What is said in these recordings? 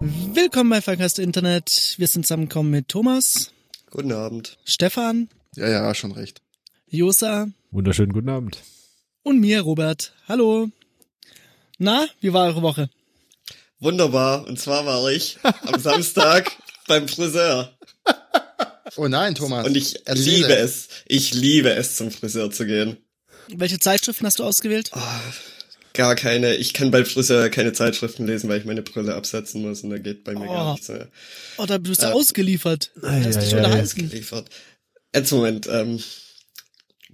Willkommen bei Fancast Internet. Wir sind zusammengekommen mit Thomas, Guten Abend. Stefan, Ja, ja, schon recht. Josa Wunderschönen guten Abend. und mir, Robert. Hallo. Na, wie war eure Woche? Wunderbar. Und zwar war ich am Samstag beim Friseur. Oh nein, Thomas. Und ich Erzähle. liebe es. Ich liebe es, zum Friseur zu gehen. Welche Zeitschriften hast du ausgewählt? Gar keine. Ich kann beim Friseur keine Zeitschriften lesen, weil ich meine Brille absetzen muss und da geht bei mir Oh. gar nichts mehr. Oh, da bist du ausgeliefert. Da hast du dich Äh, ei, ei, unterhalten. Liefert. Jetzt Moment. Ähm,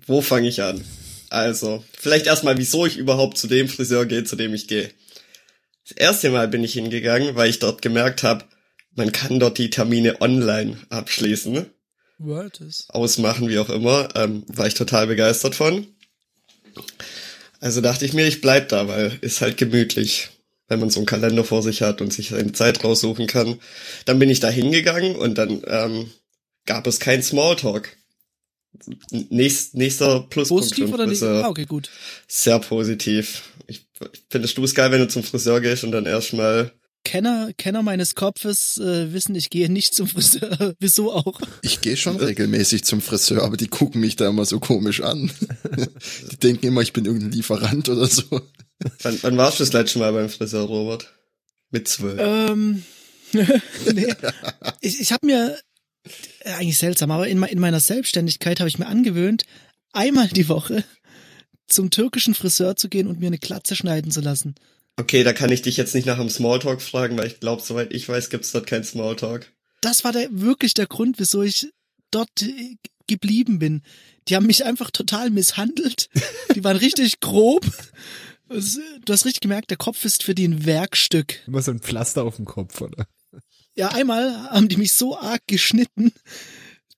wo fange ich an? Also, vielleicht erstmal, wieso ich überhaupt zu dem Friseur gehe, zu dem ich gehe. Das erste Mal bin ich hingegangen, weil ich dort gemerkt habe, man kann dort die Termine online abschließen. ne? Word ist. ausmachen, wie auch immer, ähm, war ich total begeistert von. Also dachte ich mir, ich bleib da, weil ist halt gemütlich, wenn man so einen Kalender vor sich hat und sich seine Zeit raussuchen kann. Dann bin ich da hingegangen und dann ähm, gab es kein Smalltalk. N- Nächst, nächster Pluspunkt. Positiv für oder den nicht? Friseur. Ah, okay, gut. Sehr positiv. Ich, findest du es geil, wenn du zum Friseur gehst und dann erstmal Kenner, Kenner meines Kopfes äh, wissen, ich gehe nicht zum Friseur. Wieso auch? Ich gehe schon regelmäßig zum Friseur, aber die gucken mich da immer so komisch an. die denken immer, ich bin irgendein Lieferant oder so. wann, wann warst du das letzte Mal beim Friseur, Robert? Mit zwölf. Ähm, nee. Ich, ich habe mir, äh, eigentlich seltsam, aber in, me- in meiner Selbstständigkeit habe ich mir angewöhnt, einmal die Woche zum türkischen Friseur zu gehen und mir eine Glatze schneiden zu lassen. Okay, da kann ich dich jetzt nicht nach einem Smalltalk fragen, weil ich glaube, soweit ich weiß, gibt's dort keinen Smalltalk. Das war der, wirklich der Grund, wieso ich dort äh, geblieben bin. Die haben mich einfach total misshandelt. Die waren richtig grob. Es, äh, Du hast richtig gemerkt, der Kopf ist für die ein Werkstück. Immer so ein Pflaster auf dem Kopf, oder? Ja, einmal haben die mich so arg geschnitten,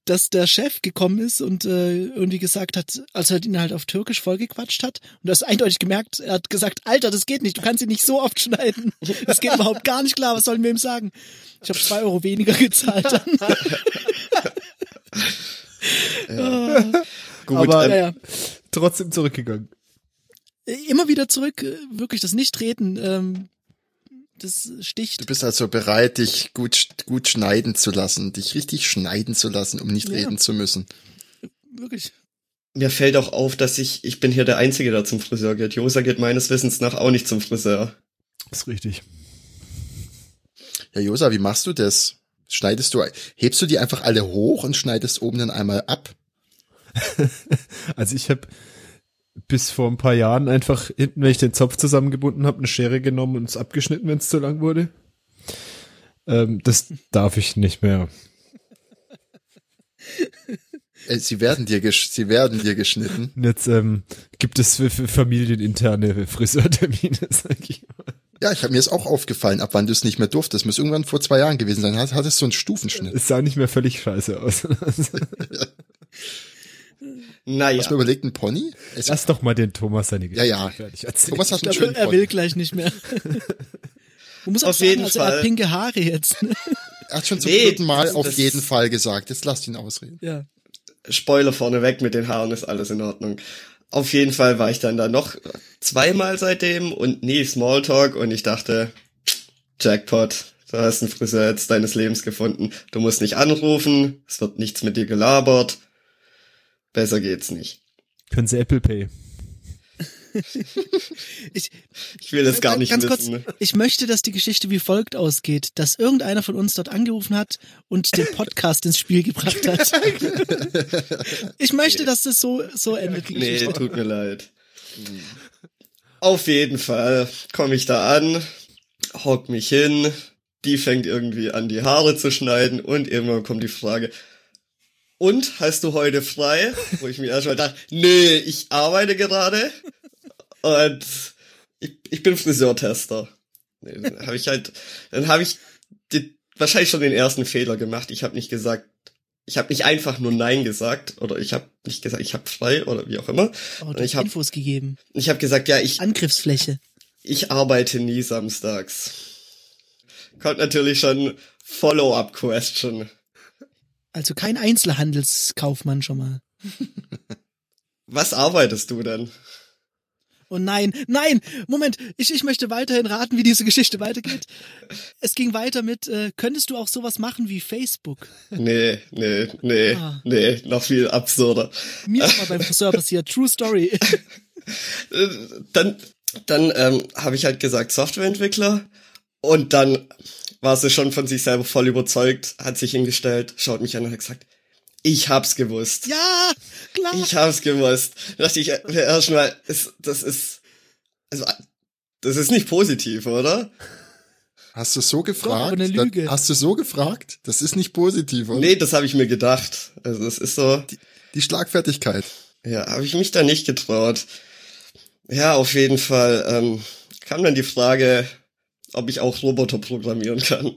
dass der Chef gekommen ist und äh, irgendwie gesagt hat, als er ihn halt auf Türkisch vollgequatscht hat, und das eindeutig gemerkt, er hat gesagt, Alter, das geht nicht, du kannst ihn nicht so oft schneiden. Das geht überhaupt gar nicht klar, was sollen wir ihm sagen? Ich habe zwei Euro weniger gezahlt. Dann. Ah, Gut, Aber- ähm, naja. Trotzdem zurückgegangen. Immer wieder zurück, äh, wirklich das Nichtreden, ähm, das Du sticht. bist also bereit, dich gut, gut schneiden zu lassen, dich richtig schneiden zu lassen, um nicht Ja. reden zu müssen. Wirklich. mir fällt auch auf, dass ich, ich bin hier der Einzige, der zum Friseur geht. Josa geht meines Wissens nach auch nicht zum Friseur. Ist richtig. Ja, Josa, wie machst du das? Schneidest du, hebst du die einfach alle hoch und schneidest oben dann einmal ab? Also ich habe bis vor ein paar Jahren einfach hinten, wenn ich den Zopf zusammengebunden habe, eine Schere genommen und es abgeschnitten, wenn es zu lang wurde. Ähm, das darf ich nicht mehr. Äh, Sie werden dir, gesch sie werden dir geschnitten. Und jetzt ähm, gibt es für, für familieninterne Friseurtermine, sag ich mal. Ja, ich habe mir ist auch aufgefallen, ab wann du es nicht mehr durftest. Muss irgendwann vor zwei Jahren gewesen sein. Hat- Hattest du einen Stufenschnitt? Es sah nicht mehr völlig scheiße aus. Naja, Hast du mir überlegt, ein Pony? Es Lass doch mal den Thomas seine Geschichte Ja, ja. fertig erzählen. Thomas hat einen schönen Er will Pony. gleich nicht mehr. Man muss auch Auf sagen, jeden also er hat Fall. pinke Haare jetzt. Ne? Er hat schon zum Nee, dritten Mal das- auf das- jeden Fall gesagt. Jetzt lasst ihn ausreden. Ja. Spoiler vorneweg, mit den Haaren ist alles in Ordnung. Auf jeden Fall war ich dann da noch zweimal seitdem und nie Smalltalk und ich dachte, Jackpot, du hast einen Friseur jetzt deines Lebens gefunden. Du musst nicht anrufen, es wird nichts mit dir gelabert. Besser geht's nicht. Können Sie Apple Pay? Ich, Ich will das gar nicht ganz wissen. kurz, ich möchte, dass die Geschichte wie folgt ausgeht, dass irgendeiner von uns dort angerufen hat und den Podcast ins Spiel gebracht hat. Ich möchte, dass das so, so endet. die Nee, Geschichte. tut mir leid. Auf jeden Fall komme ich da an, hock mich hin, die fängt irgendwie an, die Haare zu schneiden und irgendwann kommt die Frage, und hast du heute frei? Wo ich mir erstmal dachte, nee, ich arbeite gerade und ich, ich bin Friseurtester. Nee, dann habe ich halt, dann habe ich die, wahrscheinlich schon den ersten Fehler gemacht. Ich habe nicht gesagt, ich habe nicht einfach nur Nein gesagt oder ich habe nicht gesagt, ich habe frei oder wie auch immer. Oh, du hast ich hab- Infos gegeben. Ich habe gesagt, ja, ich, Angriffsfläche. ich arbeite nie samstags. Kommt natürlich schon Follow-up-Question. Also kein Einzelhandelskaufmann schon mal. Was arbeitest du denn? Oh nein, nein, Moment, ich, ich möchte weiterhin raten, wie diese Geschichte weitergeht. Es ging weiter mit, äh, könntest du auch sowas machen wie Facebook? Nee, nee, nee, Ah. nee, noch viel absurder. Mir ist mal beim Friseur passiert, true story. Äh, Dann, dann ähm, habe ich halt gesagt Softwareentwickler und dann war sie schon von sich selber voll überzeugt, hat sich hingestellt, schaut mich an und hat gesagt, ich hab's gewusst. Ja, klar. Ich hab's gewusst. Da dachte ich äh, erstmal, ist- das ist, also, äh, das ist nicht positiv, oder? Hast du so gefragt? aber eine Dann- Lüge. Hast du so gefragt? Das ist nicht positiv, oder? Nee, das habe ich mir gedacht. Also es ist so, Die Schlagfertigkeit. ja, habe ich mich da nicht getraut. Ja, auf jeden Fall ähm, kam dann die Frage, ob ich auch Roboter programmieren kann.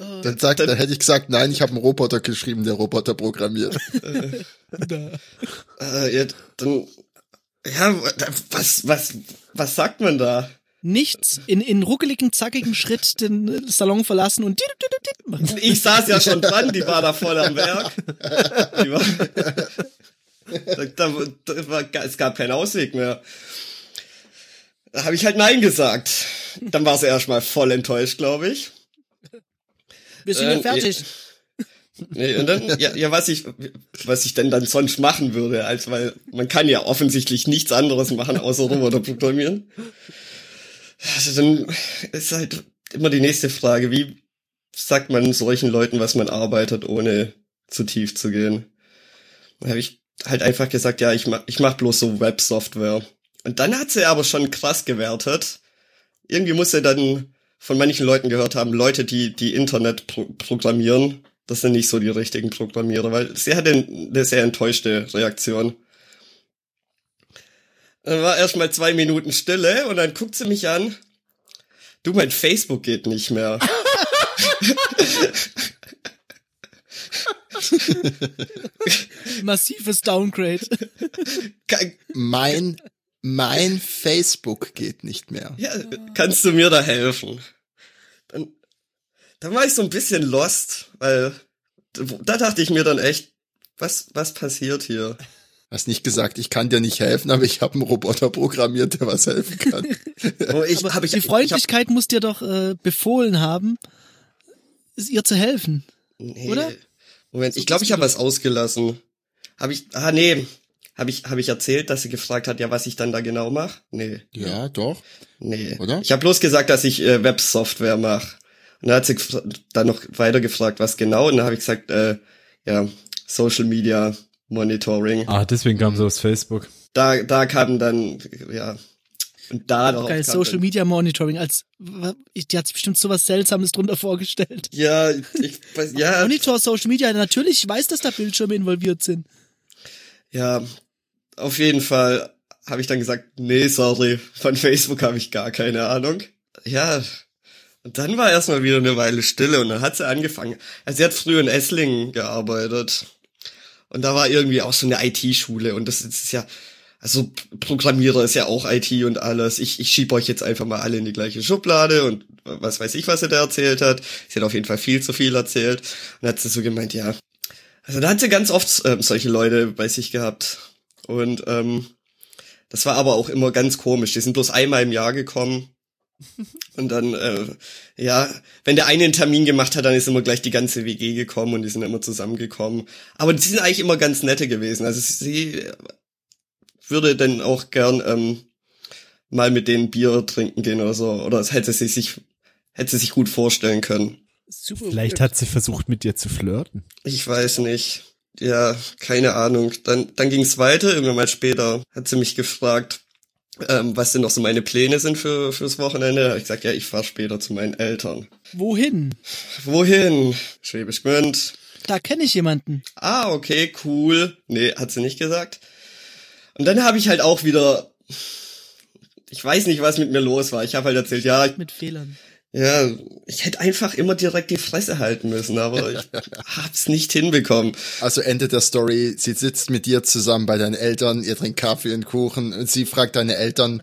Oh, Dann, sagt, dann hätte ich gesagt, nein, ich habe einen Roboter geschrieben, der Roboter programmiert. da. Äh, ja, dann, ja, was, was, was sagt man da? Nichts. In, in ruckeligen, zackigen Schritt den Salon verlassen und dit, dit, dit, dit machen. Ich saß ja schon dran, die war da voll am Werk. Die war, da, da, da war, es gab keinen Ausweg mehr. Da habe ich halt Nein gesagt. Dann war sie erstmal voll enttäuscht, glaube ich. Wir sind Äh, ja fertig. Nee, und dann, ja, ja, was ich, was ich denn dann sonst machen würde, als weil man kann ja offensichtlich nichts anderes machen, außer Roboter programmieren. Also dann ist halt immer die nächste Frage, wie sagt man solchen Leuten, was man arbeitet, ohne zu tief zu gehen? Dann habe ich halt einfach gesagt, ja, ich mach, ich mach bloß so Websoftware. Und dann hat sie aber schon krass gewertet. Irgendwie muss sie dann von manchen Leuten gehört haben, Leute, die, die Internet pro programmieren, das sind nicht so die richtigen Programmierer, weil sie hatte eine sehr enttäuschte Reaktion. Dann war erstmal zwei Minuten Stille und dann guckt sie mich an. Du, mein Facebook geht nicht mehr. Massives Downgrade. Ka- Mein, mein Facebook geht nicht mehr. Ja, kannst du mir da helfen? Dann, dann war ich so ein bisschen lost, weil da dachte ich mir dann echt, was, was passiert hier? Hast nicht gesagt, ich kann dir nicht helfen, aber ich habe einen Roboter programmiert, der was helfen kann. Oh, ich, Aber hab ich, die ich hab, Freundlichkeit muss dir doch äh, befohlen haben, es ihr zu helfen. Nee. Oder? Moment, ich So glaube, geht's ich habe mir was ausgelassen. Habe ich. Ah, nee. Habe ich, hab ich erzählt, dass sie gefragt hat, ja, was ich dann da genau mache? Nee. Ja, doch. Nee. Oder? Ich habe bloß gesagt, dass ich äh, Websoftware mache. Und dann hat sie gefra- dann noch weiter gefragt, was genau. Und dann habe ich gesagt, äh, ja, Social Media Monitoring. Ah, deswegen kam sie aus Facebook. Da, da kam dann, ja. Und da darauf Geil, kam Social dann, Media Monitoring. Als, wa- ich- die hat sich bestimmt sowas Seltsames drunter vorgestellt. Ja, ich weiß, ja. Monitor Social Media, natürlich weiß, dass da Bildschirme involviert sind. Ja, auf jeden Fall habe ich dann gesagt, nee, sorry, von Facebook habe ich gar keine Ahnung. Ja, und dann war erstmal wieder eine Weile Stille und dann hat sie angefangen. Also sie hat früher in Esslingen gearbeitet und da war irgendwie auch so eine IT-Schule und das ist ja, also Programmierer ist ja auch IT und alles. Ich, ich schieb euch jetzt einfach mal alle in die gleiche Schublade und was weiß ich, was sie da erzählt hat. Sie hat auf jeden Fall viel zu viel erzählt und hat sie so gemeint, ja, also da hat sie ganz oft ähm, solche Leute bei sich gehabt. Und ähm, das war aber auch immer ganz komisch. Die sind bloß einmal im Jahr gekommen. Und dann, äh, ja, wenn der eine einen Termin gemacht hat, dann ist immer gleich die ganze WG gekommen und die sind immer zusammengekommen. Aber die sind eigentlich immer ganz nette gewesen. Also sie würde dann auch gern ähm, mal mit denen Bier trinken gehen oder so. Oder das hätte sie sich, hätte sie sich gut vorstellen können. Super. Vielleicht hat sie versucht, mit dir zu flirten. Ich weiß nicht. Ja, keine Ahnung. Dann, dann ging es weiter, irgendwann mal später hat sie mich gefragt, ähm, was denn noch so meine Pläne sind für, fürs Wochenende. Da hab ich gesagt, ja, ich fahr später zu meinen Eltern. Wohin? Wohin? Schwäbisch Gmünd. Da kenne ich jemanden. Ah, okay, cool. Nee, hat sie nicht gesagt. Und dann habe ich halt auch wieder, ich weiß nicht, was mit mir los war. Ich habe halt erzählt, ja, ich Mit Fehlern. ja, ich hätte einfach immer direkt die Fresse halten müssen, aber ich hab's nicht hinbekommen. Also Ende der Story, sie sitzt mit dir zusammen bei deinen Eltern, ihr trinkt Kaffee und Kuchen und sie fragt deine Eltern,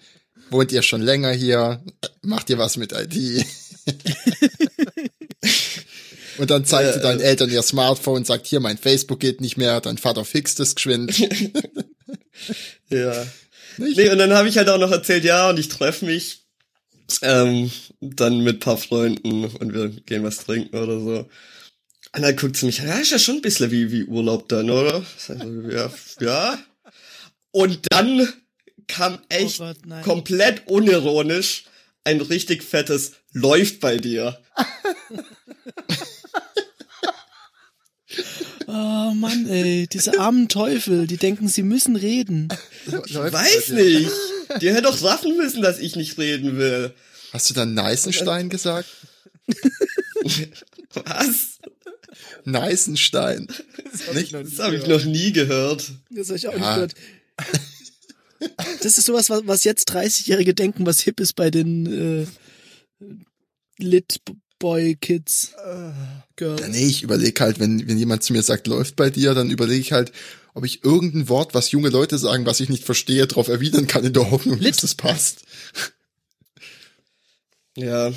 wohnt ihr schon länger hier? Macht ihr was mit IT? Und dann zeigst du deinen Eltern ihr Smartphone, sagt, hier, mein Facebook geht nicht mehr, dein Vater fixt es geschwind. Ja. Nee, und dann habe ich halt auch noch erzählt, ja, und ich treffe mich ähm, dann mit paar Freunden und wir gehen was trinken oder so. Und dann guckt sie mich an, ja, ist ja schon ein bisschen wie, wie Urlaub dann, oder? Ich sag so, Ja, ja. Und dann kam echt Oh Gott, nein. komplett unironisch ein richtig fettes läuft bei dir. Oh Mann, ey, diese armen Teufel, die denken, sie müssen reden. Weiß nicht. Die hätte doch raffen müssen, dass ich nicht reden will. Hast du dann Neisenstein gesagt? Was? Neisenstein. Nicht? Das habe ich noch nie gehört. Das hab ich auch nicht Ja. gehört. Das ist sowas, was, was jetzt 30-Jährige denken, was hip ist bei den äh, Lit-Boy-Kids. Äh. Ja, Girls. Nee, ich überlege halt, wenn, wenn jemand zu mir sagt, läuft bei dir, dann überlege ich halt, ob ich irgendein Wort, was junge Leute sagen, was ich nicht verstehe, darauf erwidern kann, in der Hoffnung, dass es passt. Ja.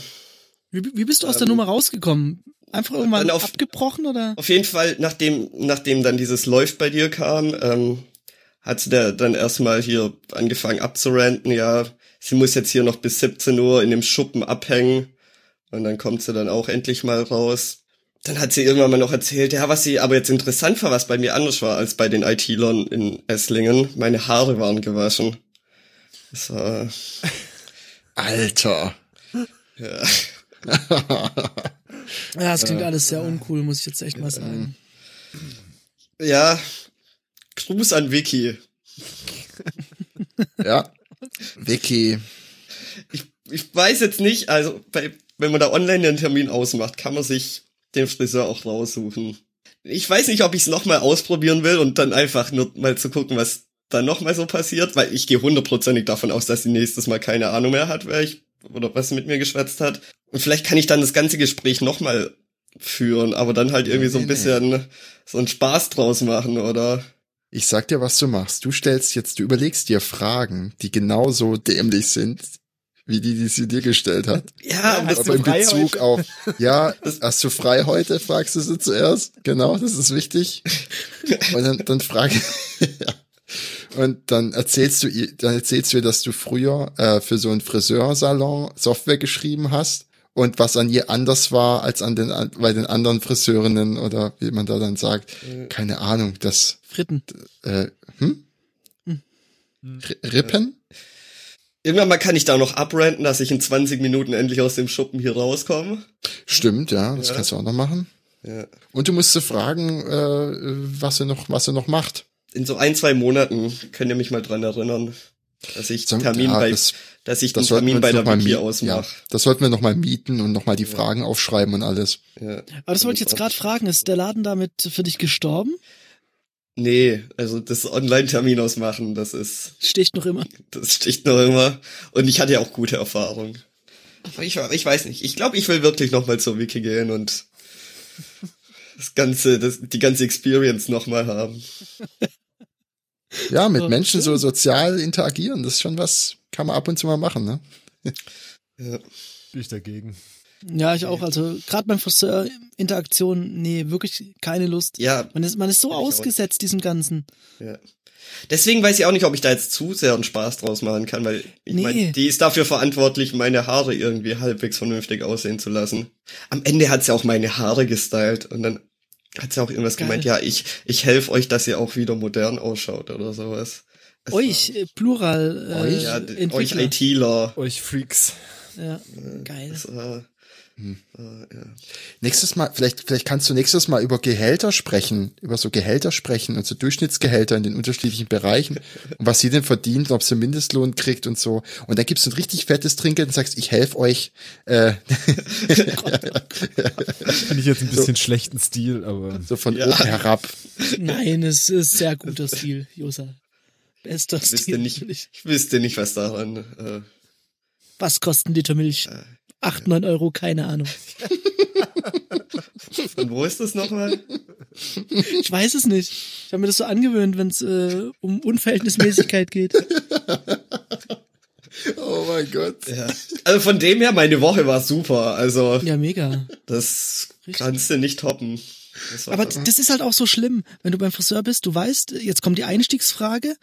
Wie, wie bist du aus der Nummer rausgekommen? Einfach irgendwann Ähm. dann auf- abgebrochen oder? Auf jeden Fall, nachdem, nachdem dann dieses Läuft bei dir kam, ähm, hat sie da dann erstmal hier angefangen abzuranten, ja, sie muss jetzt hier noch bis 17 Uhr in dem Schuppen abhängen. Und dann kommt sie dann auch endlich mal raus. Dann hat sie irgendwann mal noch erzählt, ja, was sie aber jetzt interessant war, was bei mir anders war als bei den IT-Lern in Esslingen. Meine Haare waren gewaschen. Das war, Alter. ja. Ja, es Äh. klingt alles sehr uncool, muss ich jetzt echt mal Ähm. sagen. Ja. Gruß an Vicky. Ja. Vicky. ich, ich weiß jetzt nicht, also bei, wenn man da online einen Termin ausmacht, kann man sich den Friseur auch raussuchen. Ich weiß nicht, ob ich es nochmal ausprobieren will und dann einfach nur mal zu gucken, was dann nochmal so passiert, weil ich gehe hundertprozentig davon aus, dass sie nächstes Mal keine Ahnung mehr hat, wer ich oder was sie mit mir geschwätzt hat. Und vielleicht kann ich dann das ganze Gespräch nochmal führen, aber dann halt irgendwie so ein Nee, nee. bisschen so einen Spaß draus machen, oder? Ich sag dir, was du machst. Du stellst jetzt, du überlegst dir Fragen, die genauso dämlich sind, wie die, die sie dir gestellt hat. Ja, aber das, Aber in Bezug auf, ja, hast du frei heute, fragst du sie zuerst. Genau, das ist wichtig. Und dann, dann frage ja. Und dann erzählst du ihr, dann erzählst du ihr, dass du früher äh, für so einen Friseursalon Software geschrieben hast und was an ihr anders war als an den an- bei den anderen Friseurinnen oder wie man da dann sagt. Keine Ahnung, das Fritten. äh, hm? Äh. R- Rippen? irgendwann mal kann ich da noch abranten, dass ich in 20 Minuten endlich aus dem Schuppen hier rauskomme. Stimmt, ja, das kannst du auch noch machen. Ja. Und du musst sie fragen, äh, was sie noch, was sie noch macht. in so ein, zwei Monaten könnt ihr mich mal dran erinnern, dass ich Sag- einen Termin ja, bei, das- dass ich den Das sollten wir Termin uns bei der noch mal Wiki mieten. ausmache. Ja, das sollten wir nochmal mieten und nochmal die Fragen aufschreiben und alles. Ja. Aber das wollte ich jetzt gerade fragen, ist der Laden damit für dich gestorben? Nee, also das Online-Termin ausmachen, das ist, Sticht noch immer. das sticht noch immer. Und ich hatte ja auch gute Erfahrungen. Aber ich, ich weiß nicht. Ich glaube, ich will wirklich nochmal zur Wiki gehen und das ganze, das, die ganze Experience nochmal haben. Ja, mit Ja, Menschen so sozial interagieren, das ist schon was, kann man ab und zu mal machen, ne? Ja. Bin ich dagegen. Ja, ich auch. Also gerade beim Friseur Interaktion, nee, wirklich keine Lust. ja, Man ist, man ist so auch nicht. ausgesetzt diesem Ganzen. Ja. Deswegen weiß ich auch nicht, ob ich da jetzt zu sehr einen Spaß draus machen kann, weil ich Nee. meine, die ist dafür verantwortlich, meine Haare irgendwie halbwegs vernünftig aussehen zu lassen. Am Ende hat sie auch meine Haare gestylt und dann hat sie auch irgendwas Geil. gemeint, ja, ich, ich helfe euch, dass ihr auch wieder modern ausschaut oder sowas. Es Euch, äh, Plural, war- äh, euch, ja, d- euch Entwickler. ITler. Euch Freaks. Ja, geil. Das war, war, ja. Nächstes Mal, vielleicht, vielleicht kannst du nächstes Mal über Gehälter sprechen, über so Gehälter sprechen und so Durchschnittsgehälter in den unterschiedlichen Bereichen und was sie denn verdient, ob sie Mindestlohn kriegt und so. Und dann gibst du ein richtig fettes Trinkgeld und sagst, ich helfe euch. Äh, Finde ich jetzt ein bisschen schlechten Stil, aber. so von Ja. oben herab. Nein, es ist sehr guter Stil, Josa. Bester Ich Stil. wüsste nicht, natürlich. ich wüsste nicht, was daran, äh, Was kosten Liter Milch? Ah, Acht, neun Euro, keine Ahnung. äh, von wo ist das nochmal? Ich weiß es nicht. Ich habe mir das so angewöhnt, wenn es äh, um Unverhältnismäßigkeit geht. Oh mein Gott. ja. Also von dem her, meine Woche war super, also. Ja, mega. Das Richtig. Kannst du nicht toppen. Das war Aber mhm. das. das ist halt auch so schlimm, wenn du beim Friseur bist, du weißt, jetzt kommt die Einstiegsfrage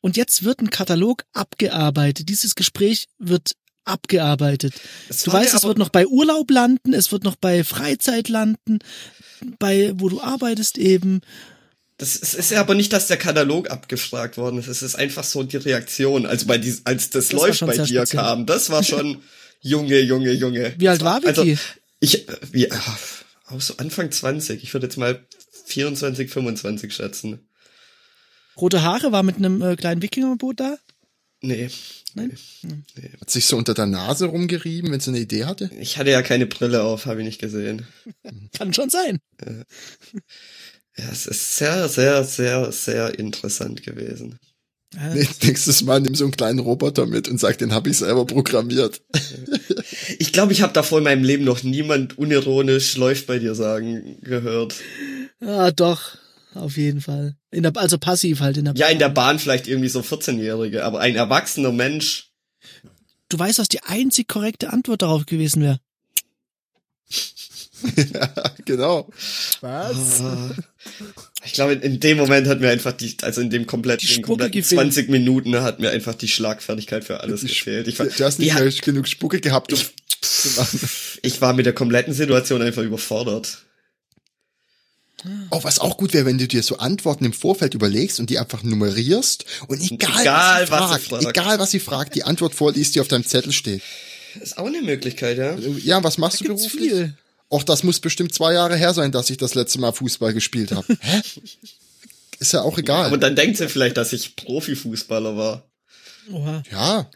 und jetzt wird ein Katalog abgearbeitet. Dieses Gespräch wird abgearbeitet. Das Du war mir weißt, es aber- wird noch bei Urlaub landen, es wird noch bei Freizeit landen, bei wo du arbeitest eben. Das ist, ist ja aber nicht, dass der Katalog abgefragt worden ist. Es ist einfach so die Reaktion. Also bei dies, als das, Das war läuft schon bei sehr dir speziell. kam, das war schon Junge, Junge, Junge. Wie alt war Also Vicky? ich, äh, wie, ah, auch so Anfang 20. Ich würde jetzt mal 24, 25 schätzen. Rote Haare war mit einem äh, kleinen Wikingerboot da. Nee. Nein? Hat sich so unter der Nase rumgerieben, wenn sie eine Idee hatte? Ich hatte ja keine Brille auf, habe ich nicht gesehen. Kann schon sein. Ja, es ist sehr, sehr, sehr, sehr interessant gewesen. Ja, Nee, nächstes Mal nimm so einen kleinen Roboter mit und sag, den habe ich selber programmiert. Ich glaube, ich habe davor in meinem Leben noch niemand unironisch läuft bei dir sagen gehört. Ah, doch, auf jeden Fall. In der, also passiv halt in der Ja, in der Bahn vielleicht irgendwie so 14-Jährige, aber ein erwachsener Mensch. Du weißt, was die einzig korrekte Antwort darauf gewesen wäre. ja, genau. Was? ah, Ich glaube, in dem Moment hat mir einfach die, also in dem kompletten, Die den Spucke kompletten gefehlt. 20 Minuten hat mir einfach die Schlagfertigkeit für alles gefehlt. Ich war, Du hast nicht Ja. mehr genug Spucke gehabt, um zu machen. ich war mit der kompletten Situation einfach überfordert. Oh, was auch gut wäre, wenn du dir so Antworten im Vorfeld überlegst und die einfach nummerierst und egal, Egal, was was, sie sie fragt. fragt, egal was sie fragt, die Antwort vorliest, die auf deinem Zettel steht. Ist auch eine Möglichkeit, ja. Ja, was machst Da du gibt's beruflich? viel. Och, das muss bestimmt zwei Jahre her sein, dass ich das letzte Mal Fußball gespielt habe. Hä? Ist ja auch egal. Aber dann denkt sie vielleicht, dass ich Profifußballer war. Oha. ja,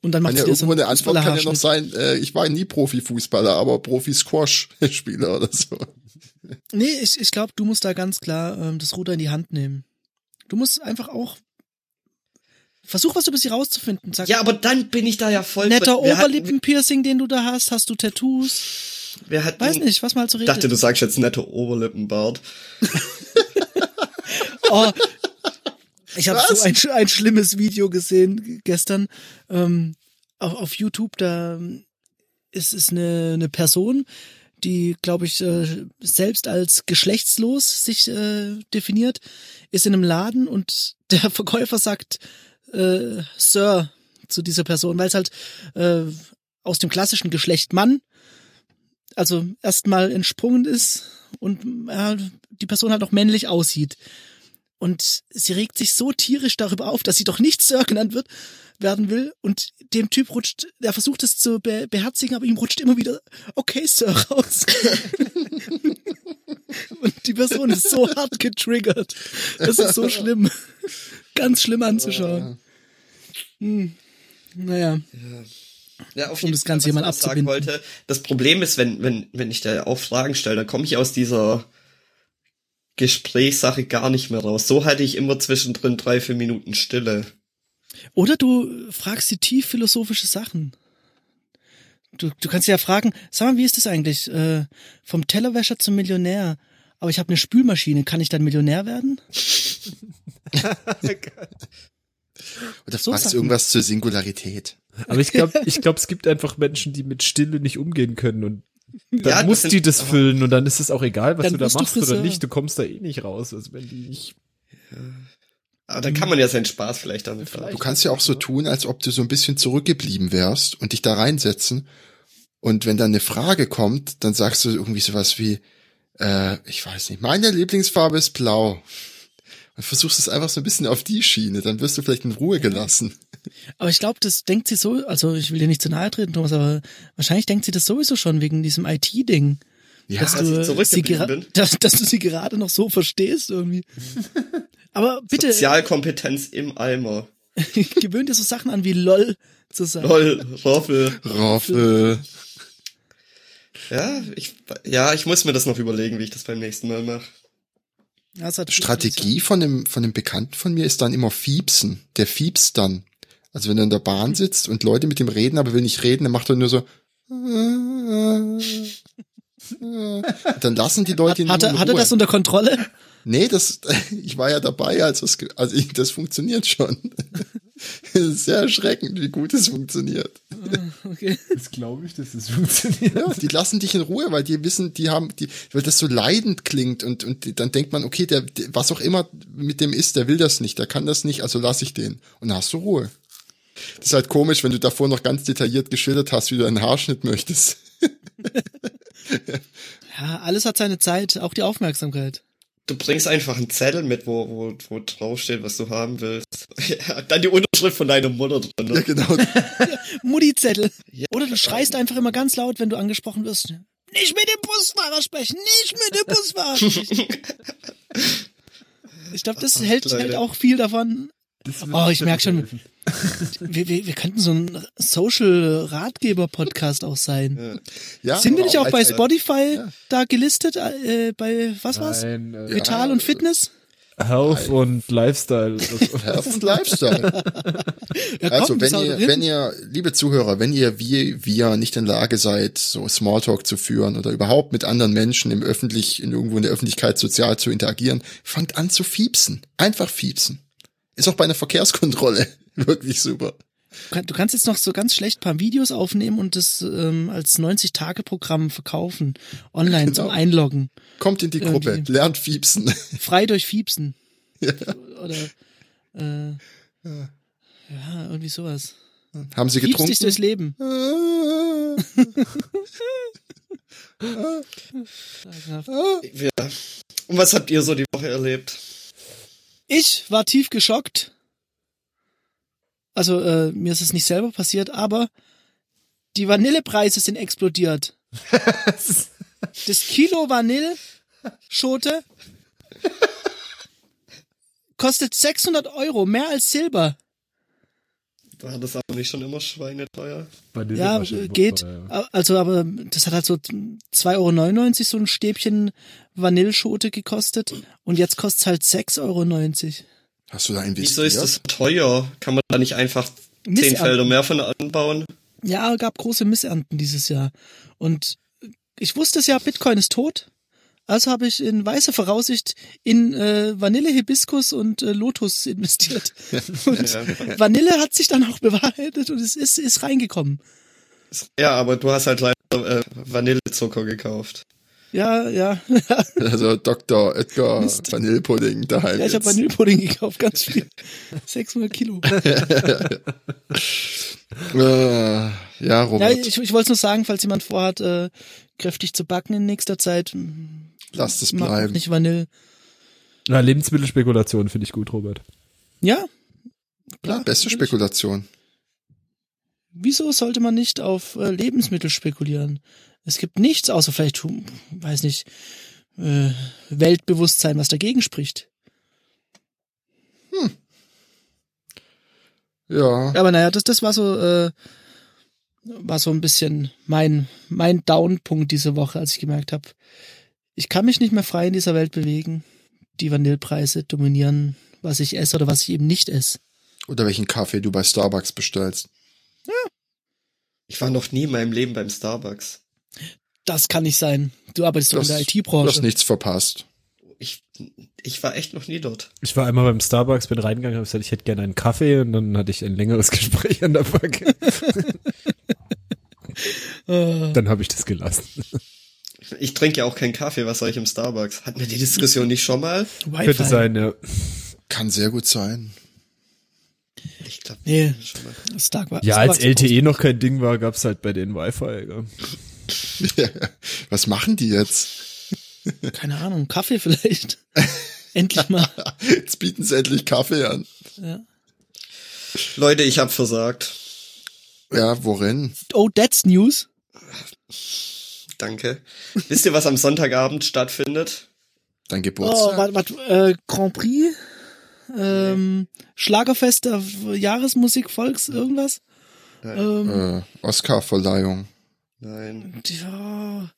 Und dann macht kann ja sie dir so irgendwo eine einen Antwort kann ja noch Fußballerhaarschnitt. sein, äh, ich war nie Profifußballer, aber Profi-Squash-Spieler oder so. Nee, ich, ich glaube, du musst da ganz klar ähm, das Ruder in die Hand nehmen. Du musst einfach auch versuch, was über sie rauszufinden. Sag, Ja, aber dann bin ich da ja voll. netter Wir hatten- Oberlippenpiercing, den du da hast, hast du Tattoos? Wir hatten, Weiß nicht, was mal zu Ich reden. Hm. dachte, du sagst jetzt netter Oberlippenbart. Oh, ich habe Was? so ein, sch- ein schlimmes Video gesehen g- gestern ähm, auf, auf YouTube. Da ähm, ist, ist eine, eine Person, die, glaube ich, äh, selbst als geschlechtslos sich äh, definiert, ist in einem Laden und der Verkäufer sagt äh, Sir zu dieser Person, weil es halt äh, aus dem klassischen Geschlecht Mann also erstmal entsprungen ist und ja, die Person halt auch männlich aussieht. Und sie regt sich so tierisch darüber auf, dass sie doch nicht Sir genannt wird, werden will. Und dem Typ rutscht, der versucht es zu be beherzigen, aber ihm rutscht immer wieder, okay, Sir, raus. und die Person ist so hart getriggert. Das ist so schlimm. Ganz schlimm anzuschauen. Hm. Naja, Ja, auf Um jeden das Fall, Ganze was hier mal ich noch sagen abzubinden. wollte. Das Problem ist, wenn, wenn, wenn ich da auch Fragen stelle, dann komme ich aus dieser Gesprächssache gar nicht mehr raus. So hatte ich immer zwischendrin drei, vier Minuten Stille. Oder du fragst sie tief philosophische Sachen. Du, du kannst sie ja fragen, sag mal, wie ist das eigentlich? Äh, vom Tellerwäscher zum Millionär. Aber ich habe eine Spülmaschine, kann ich dann Millionär werden? Oder So fragst Sachen. du irgendwas zur Singularität? Aber ich glaube, ich glaub, es gibt einfach Menschen, die mit Stille nicht umgehen können und dann Ja, das muss sind- die das füllen und dann ist es auch egal, was Dann du da bist du machst oder Friseur. nicht. Du kommst da eh nicht raus. Also wenn die nicht Aber Mhm. dann kann man ja seinen Spaß vielleicht damit haben. Vielleicht. Du kannst ja auch so tun, als ob du so ein bisschen zurückgeblieben wärst und dich da reinsetzen. Und wenn dann eine Frage kommt, dann sagst du irgendwie sowas wie, äh, ich weiß nicht, meine Lieblingsfarbe ist blau. Und versuchst es einfach so ein bisschen auf die Schiene, dann wirst du vielleicht in Ruhe gelassen. Aber ich glaube, das denkt sie so, also ich will dir nicht zu nahe treten, Thomas, aber wahrscheinlich denkt sie das sowieso schon wegen diesem IT-Ding. Ja, dass, dass ich du sie zurückgeblieben gera- bin. dass, dass du sie gerade noch so verstehst irgendwie. Aber bitte, Sozialkompetenz im Eimer. gewöhn dir so Sachen an wie LOL zu sagen. Lol, Roffel. Roffe. Ja, ich, ja, ich muss mir das noch überlegen, wie ich das beim nächsten Mal mache. Ja, das hat- Strategie von einem, von einem Bekannten von mir ist dann immer Fiepsen. Der fiepst dann. Also wenn er in der Bahn sitzt und Leute mit ihm reden, aber will nicht reden, dann macht er nur so. Und dann lassen die Leute ihn Hat immer er, in hat er Ruhe. das unter Kontrolle? Nee, das, ich war ja dabei, als das, also ich, das funktioniert schon. Es ist sehr erschreckend, wie gut es funktioniert. Okay. Das glaube ich, dass das funktioniert. Ja, die lassen dich in Ruhe, weil die wissen, die haben, die, weil das so leidend klingt und, und dann denkt man, okay, der, der, was auch immer mit dem ist, der will das nicht, der kann das nicht, also lass ich den. Und dann hast du Ruhe. Das ist halt komisch, wenn du davor noch ganz detailliert geschildert hast, wie du einen Haarschnitt möchtest. Ja, alles hat seine Zeit, auch die Aufmerksamkeit. Du bringst einfach einen Zettel mit, wo, wo, wo draufsteht, was du haben willst. Ja, dann die Unterschrift von deiner Mutter drin. Ja, Ne? genau. Mutti-Zettel. Ja. Oder du schreist einfach immer ganz laut, wenn du angesprochen wirst. Nicht mit dem Busfahrer sprechen, nicht mit dem Busfahrer. ich glaube, das hält, Leute. hält auch viel davon. Das wird Oh, ich merk schon. helfen. Wir, wir, wir könnten so ein Social-Ratgeber-Podcast auch sein. Ja. Ja, Sind wir nicht auch bei als- Spotify Ja. da gelistet? Äh, bei was war's? Nein, äh, Vital und Fitness? Health und Lifestyle. Health und Lifestyle. Ja, komm, Also, das wenn haut ihr, hin. wenn ihr, liebe Zuhörer, wenn ihr wie wir nicht in der Lage seid, so Smalltalk zu führen oder überhaupt mit anderen Menschen im öffentlich, in irgendwo in der Öffentlichkeit sozial zu interagieren, fangt an zu fiepsen. Einfach fiepsen. Ist auch bei einer Verkehrskontrolle wirklich super. Kann- Du kannst jetzt noch so ganz schlecht paar Videos aufnehmen und das ähm, als 90-Tage-Programm verkaufen. Online zum Genau. Einloggen. Kommt in die Gruppe, Irgendwie. lernt fiepsen. Frei durch Fiepsen. Oder, äh, ja, irgendwie sowas. Haben sie Fiepst getrunken? Ah. dich durchs Leben. Ja. Und was habt ihr so die Woche erlebt? Ich war tief geschockt. Also, äh, mir ist es nicht selber passiert, aber die Vanillepreise sind explodiert. Das Kilo Vanilleschote kostet 600 Euro, mehr als Silber. War das aber nicht schon immer schweineteuer? Vanille Ja, wahrscheinlich. geht. Ja. A- Also, aber das hat halt so 2,99 Euro so ein Stäbchen Vanilleschote gekostet. Und jetzt kostet es halt 6,90 Euro. Hast du da investiert? Wieso ist das teuer? Kann man da nicht einfach zehn Missernten. Felder mehr von anbauen? Ja, gab große Missernten dieses Jahr. Und ich wusste es ja, Bitcoin ist tot. Also habe ich in weißer Voraussicht in äh, Vanille, Hibiskus und äh, Lotus investiert. Und Ja. Vanille hat sich dann auch bewahrheitet und es ist, ist reingekommen. ja, aber du hast halt leider äh, Vanillezucker gekauft. Ja, ja. Also Dr. Edgar Mist. Vanillepudding daheim. ja ich habe jetzt. Vanillepudding gekauft, ganz viel. 600 Kilo. äh, ja, Ja, Robert, ich, ich wollte es nur sagen, falls jemand vorhat, äh, kräftig zu backen in nächster Zeit, m, lass das macht bleiben. nicht Vanille. Na, Lebensmittelspekulation finde ich gut, Robert. Ja, Ja, beste Spekulation. wieso sollte man nicht auf äh, Lebensmittel spekulieren? Es gibt nichts, außer vielleicht, hm, weiß nicht, äh, Weltbewusstsein, was dagegen spricht. Ja. Aber naja, das, das war so, äh, war so ein bisschen mein, mein Downpunkt diese Woche, als ich gemerkt habe, ich kann mich nicht mehr frei in dieser Welt bewegen. Die Vanillepreise dominieren, was ich esse oder was ich eben nicht esse. Oder welchen Kaffee du bei Starbucks bestellst. Ich war noch nie in meinem Leben beim Starbucks. Das kann nicht sein. Du arbeitest doch in Das- der Du hast IT-Branche. nichts verpasst. Ich, ich war echt noch nie dort. Ich war einmal beim Starbucks, bin reingegangen, habe gesagt, ich hätte gerne einen Kaffee und dann hatte ich ein längeres Gespräch an der Backe. Äh, dann habe ich das gelassen. Ich trinke ja auch keinen Kaffee, was soll ich im Starbucks? Hatten wir die Diskussion nicht schon mal? Wi-Fi. Könnte sein, ja. Kann sehr gut sein. Ich glaube Nee, schon mal. Stark war. Ja, Stark als E war groß. LTE noch kein Ding war, gab's halt bei den Wi-Fi. Gell? Was machen die jetzt? Keine Ahnung, Kaffee vielleicht. Endlich mal. Jetzt bieten sie endlich Kaffee an. Ja. Leute, ich hab versagt. Ja, worin? Oh, that's news. Danke. Wisst ihr, was am Sonntagabend stattfindet? Dein Oh, Geburtstag? was, was, äh, Grand Prix? Ähm, Schlagerfest, äh, Jahresmusik, Volks, irgendwas? Ähm, äh, Oscar-Verleihung. Nein, ja,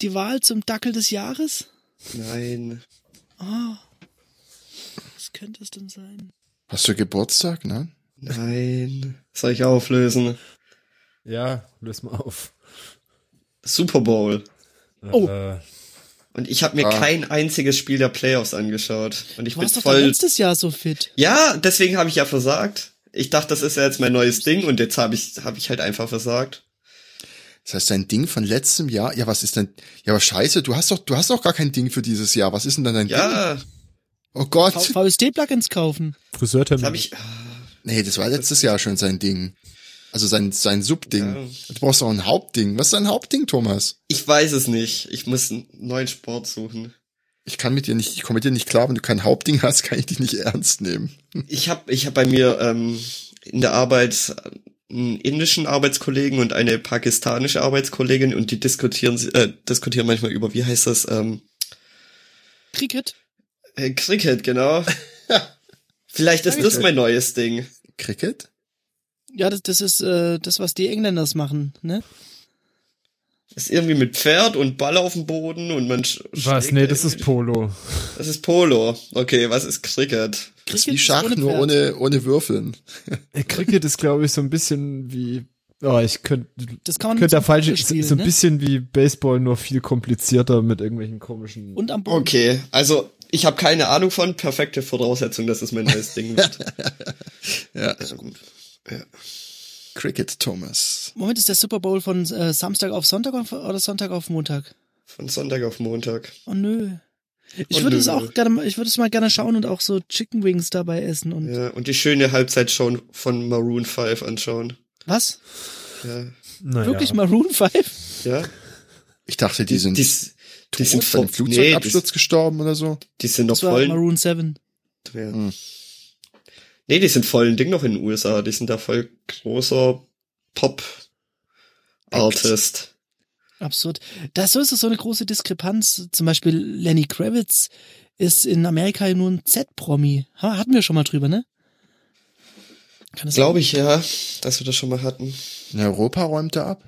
die Wahl zum Dackel des Jahres? nein. Ah, was könnte es denn sein? Hast du Geburtstag, ne? Nein. Soll ich auflösen? Ja, löst mal auf. Super Bowl. Oh. Äh, Und ich habe mir Ah. kein einziges Spiel der Playoffs angeschaut. Und ich Du bin warst doch da voll. letztes Jahr so fit. Ja, deswegen habe ich ja versagt. Ich dachte, das ist ja jetzt mein neues Ding und jetzt habe ich, hab ich halt einfach versagt. Das heißt, dein Ding von letztem Jahr, ja, was ist denn, ja, aber scheiße, du hast doch, du hast doch gar kein Ding für dieses Jahr. Was ist denn dann dein Ding? Ja, Oh Gott. VSD-Plugins kaufen. das habe Friseurtermin. ich. Nee, das war letztes Jahr schon sein Ding. Also sein, sein Subding. Ja. Du brauchst doch ein Hauptding. Was ist dein Hauptding, Thomas? Ich weiß es nicht. Ich muss einen neuen Sport suchen. Ich kann mit dir nicht, ich komme mit dir nicht klar, wenn du kein Hauptding hast, kann ich dich nicht ernst nehmen. Ich habe ich hab bei mir ähm, in der Arbeit äh, einen indischen Arbeitskollegen und eine pakistanische Arbeitskollegin und die diskutieren äh, diskutieren manchmal über, wie heißt das, ähm, Cricket. äh, Cricket, genau. Vielleicht ist das mein neues Ding. Cricket? Ja, das, das ist äh, das, was die Engländers machen, ne? Ist irgendwie mit Pferd und Ball auf dem Boden und man sch- Was? schlägt Nee, das ist irgendwie- Polo. Das ist Polo. Okay, was ist Cricket? Das ist Cricket wie Schach, nur Pferd. ohne, ohne Würfeln. Äh, Cricket ist, glaube ich, so ein bisschen wie. Oh, ich könnte. Das kann man Könnte der mit falsche. Computer spielen, so ein ne? bisschen wie Baseball, nur viel komplizierter mit irgendwelchen komischen. Und am Boden. Okay, also ich habe keine Ahnung von. Perfekte Voraussetzung, dass es mein neues Ding wird. Ja, ist gut. Ja. Cricket, Thomas. Moment, ist der Super Bowl von äh, Samstag auf Sonntag auf- oder Sonntag auf Montag? Von Sonntag auf Montag. Oh nö. Ich Oh, würde nö. es auch gerne, mal- ich würde es mal gerne schauen und auch so Chicken Wings dabei essen und Ja, und die schöne Halbzeitshow von Maroon 5 anschauen. was? Ja. naja. Wirklich Maroon 5? ja? Ich dachte, die sind die, die, s- die sind sind von einem voll, nee, die, Flugzeugabsturz gestorben oder so. die sind noch Das war voll. Maroon 7. Ja. Hm. Nee, die sind voll ein Ding noch in den USA. Die sind da voll großer Pop-Artist. Absurd. Da so ist es so eine große Diskrepanz. Zum Beispiel Lenny Kravitz ist in Amerika ja nur ein Z-Promi. Ha- Hatten wir schon mal drüber, ne? Kann das Glaube ich ja, dass wir das schon mal hatten. In Europa räumt er ab.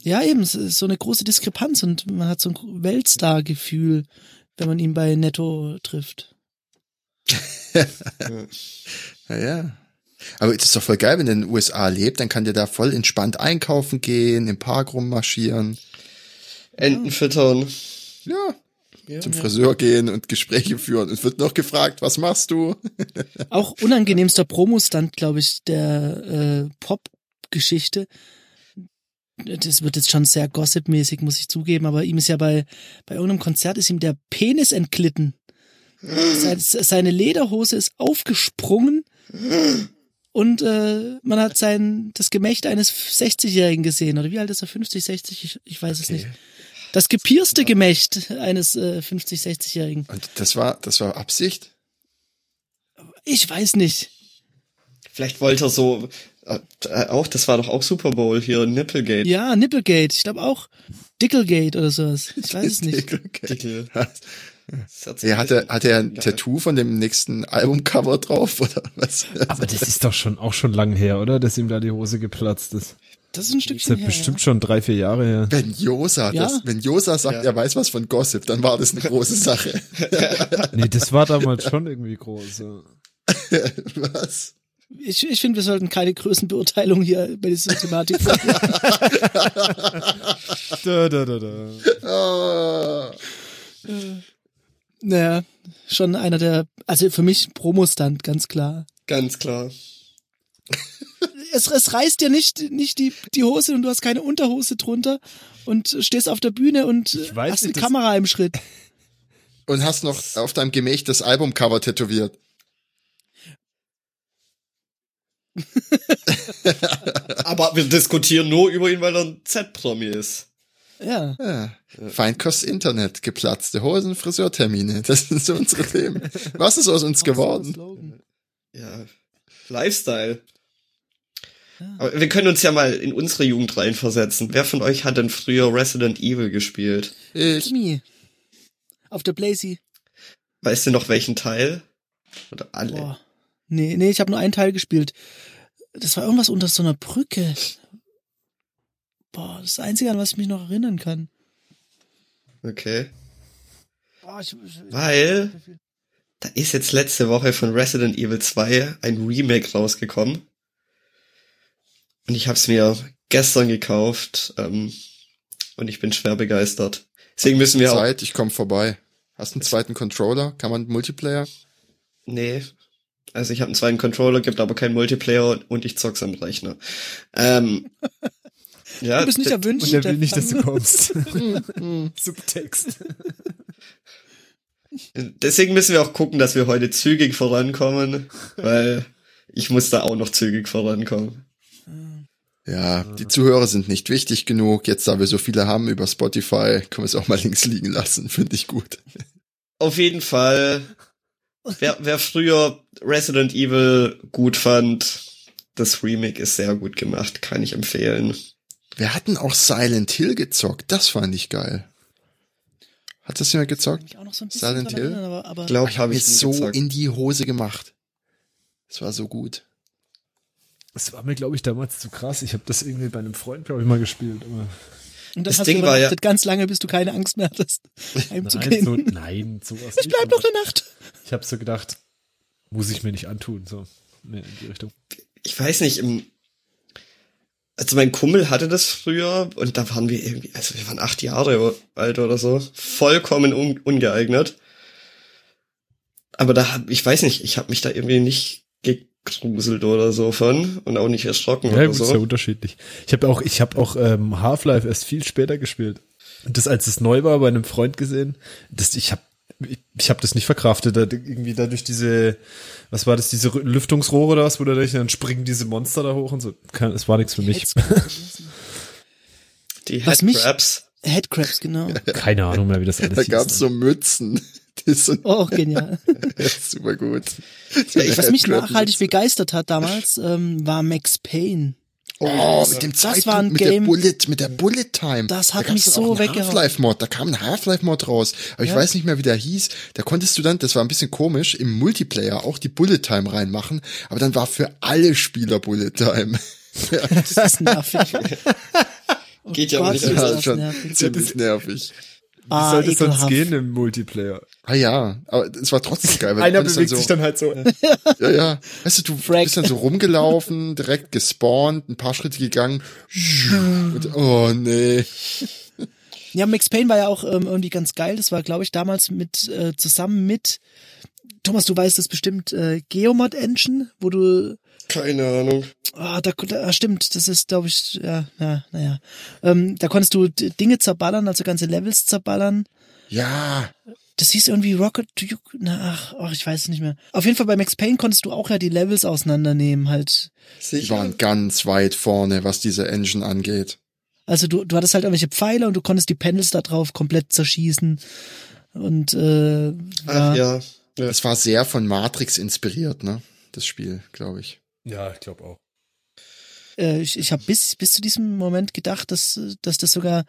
Ja, eben, es ist so eine große Diskrepanz und man hat so ein Weltstar-Gefühl, wenn man ihn bei Netto trifft. Ja, ja. Aber es ist doch voll geil, wenn du in den USA lebt, dann kann der da voll entspannt einkaufen gehen, im Park rummarschieren, Enten füttern. ja, zum Friseur gehen und Gespräche führen. Es wird noch gefragt, was machst du? Auch unangenehmster Promostand, glaube ich, der äh, Pop-Geschichte. Das wird jetzt schon sehr gossipmäßig, muss ich zugeben, aber ihm ist ja bei, bei irgendeinem Konzert ist ihm der Penis entglitten. Seine, seine Lederhose ist aufgesprungen und äh, man hat sein das Gemächt eines 60-Jährigen gesehen. Oder wie alt ist er? 50, 60? Ich, ich weiß es nicht. Das gepierste Gemächt eines äh, 50, 60-Jährigen. Und das war, das war Absicht. Ich weiß nicht. Vielleicht wollte er so, äh, äh, auch, das war doch auch Super Bowl hier, Nipplegate. Ja, Nipplegate. Ich glaube auch Dicklegate oder sowas. Ich weiß es nicht. Dickel. Das hat sich Er hatte, ein hatte er ein bisschen- Tattoo von dem nächsten Albumcover drauf oder was? Aber das ist doch schon auch schon lang her, oder? Dass ihm da die Hose geplatzt ist. Das ist ein Das ist Stückchen ja her. bestimmt ja. schon drei, vier Jahre her. Wenn Josa, Ja. das, wenn Josa sagt, Ja. er weiß was von Gossip, dann war das eine große Sache. Nee, das war damals schon irgendwie groß. Ja. was? Ich, ich finde, wir sollten keine Größenbeurteilung hier bei dieser Thematik. Da, da, da, da. Ah. naja, schon einer der, also für mich Promostand, ganz klar. Ganz klar. Es, es reißt dir nicht, nicht die, die Hose und du hast keine Unterhose drunter und stehst auf der Bühne und äh, weiß hast nicht, eine das- Kamera im Schritt. Und hast noch auf deinem Gemächt das Albumcover tätowiert. Aber wir diskutieren nur über ihn, weil er ein Z-Promi ist. Ja. Ja. Feinkost Äh, Internet, geplatzte Hosen, Friseurtermine. Das sind so unsere Themen. Was ist aus uns geworden? Slogan. Ja. Lifestyle. Ja. Aber wir können uns ja mal in unsere Jugend reinversetzen. Wer von euch hat denn früher Resident Evil gespielt? Ich, Kimi. Auf der Blazy. Weißt du noch welchen Teil? Oder alle? Boah. Nee, nee, ich habe nur einen Teil gespielt. Das war irgendwas unter so einer Brücke. Boah, das ist das Einzige, an was ich mich noch erinnern kann. Okay. Boah, ich, ich, Weil da ist jetzt letzte Woche von Resident Evil 2 ein Remake rausgekommen. Und ich habe es mir gestern gekauft. Ähm, und ich bin schwer begeistert. Deswegen müssen wir auch. Zeit, ich komme vorbei. Hast einen zweiten Controller? Kann man Multiplayer? Nee. Also ich habe einen zweiten Controller, gibt aber keinen Multiplayer und ich zock's am Rechner. Ähm, ja, Du bist nicht d- erwünscht. Und er will nicht, dass Stefan. du kommst. Subtext. deswegen müssen wir auch gucken, dass wir heute zügig vorankommen, weil ich muss da auch noch zügig vorankommen. Ja, die Zuhörer sind nicht wichtig genug. Jetzt, da wir so viele haben über Spotify, können wir es auch mal links liegen lassen. Finde ich gut. Auf jeden Fall, wer, wer früher Resident Evil gut fand, das Remake ist sehr gut gemacht, kann ich empfehlen. Wir hatten auch Silent Hill gezockt. Das fand ich geil. Hat das jemand gezockt? Mich auch noch so ein bisschen Silent dran Hill? erinnern, aber, aber Glaub, habe ich Ist nie so gezockt. in die Hose gemacht. Es war so gut. Das war mir, glaube ich, damals zu krass. Ich habe das irgendwie bei einem Freund, glaube ich, mal gespielt. Aber und das, das hast du Ding war ja- übernachtet ganz lange, bis du keine Angst mehr hattest, nein, heimzugehen. so, nein, sowas ich bleib aber noch eine Nacht. Ich habe so gedacht, muss ich mir nicht antun. So, nee, in die Richtung. ich weiß nicht, im, also mein Kumpel hatte das früher und da waren wir irgendwie, also wir waren acht Jahre alt oder so, vollkommen un, ungeeignet. Aber da hab, ich weiß nicht, ich habe mich da irgendwie nicht gegruselt oder so von und auch nicht erschrocken Ja, oder gut, so. sehr unterschiedlich. Ich habe auch, ich habe auch ähm, Half-Life erst viel später gespielt. Und das, als es neu war, bei einem Freund gesehen. Das, ich habe, ich, ich habe das nicht verkraftet. Da, irgendwie dadurch diese, was war das, diese Rü- Lüftungsrohre oder was, wo dadurch dann springen diese Monster da hoch und so. Kein- Es war nichts für mich. Die Was mich- Headcrabs. Headcrabs, genau. Keine Ahnung mehr, wie das alles Da hieß. ne? gab's so Mützen. Die sind Auch Oh, genial. super gut. Ich, was mich nachhaltig begeistert hat damals, ähm, war Max Payne. Oh, mit dem Das war ein Zeitpunkt, mit Game- der Bullet, mit der Bullet Time. Das Da hat gab's mich dann so auch einen weggehauen. Half-Life-Mod, da kam ein Half-Life-Mod raus. Aber ich Ja. weiß nicht mehr, wie der hieß. Da konntest du dann, das war ein bisschen komisch, im Multiplayer auch die Bullet Time reinmachen. Aber dann war für alle Spieler Bullet Time. Das ist nervig. Oh Geht ja Gott, nicht ist anders. Das das war schon nervig. ziemlich nervig. Wie Ah, soll das sonst ekelhaft. gehen im Multiplayer? Ah ja, aber es war trotzdem geil. weil du konntest dann so, dann halt so. Ja, ja. Weißt du, du Frag. bist dann so rumgelaufen, direkt gespawnt, ein paar Schritte gegangen. Und, oh nee. Ja, Max Payne war ja auch ähm, irgendwie ganz geil. Das war, glaube ich, damals mit äh, zusammen mit Thomas, du weißt das bestimmt, äh, Geomod Engine, wo du Keine Ahnung. Ah, da, da stimmt, das ist, glaube ich, ja, ja, naja. Ähm, da konntest du d- Dinge zerballern, also ganze Levels zerballern. Ja, Das hieß irgendwie Rocket Duke. Na, ach, ach, ich weiß es nicht mehr. Auf jeden Fall bei Max Payne konntest du auch ja die Levels auseinandernehmen, halt. die Sicher. waren ganz weit vorne, was diese Engine angeht. Also du, du hattest halt irgendwelche Pfeile und du konntest die Panels da drauf komplett zerschießen. Und äh, ja. Ach ja. Es war sehr von Matrix inspiriert, ne? Das Spiel, glaube ich. Ja, ich glaube auch. Äh, ich, ich habe bis, bis zu diesem Moment gedacht, dass, äh, dass das sogar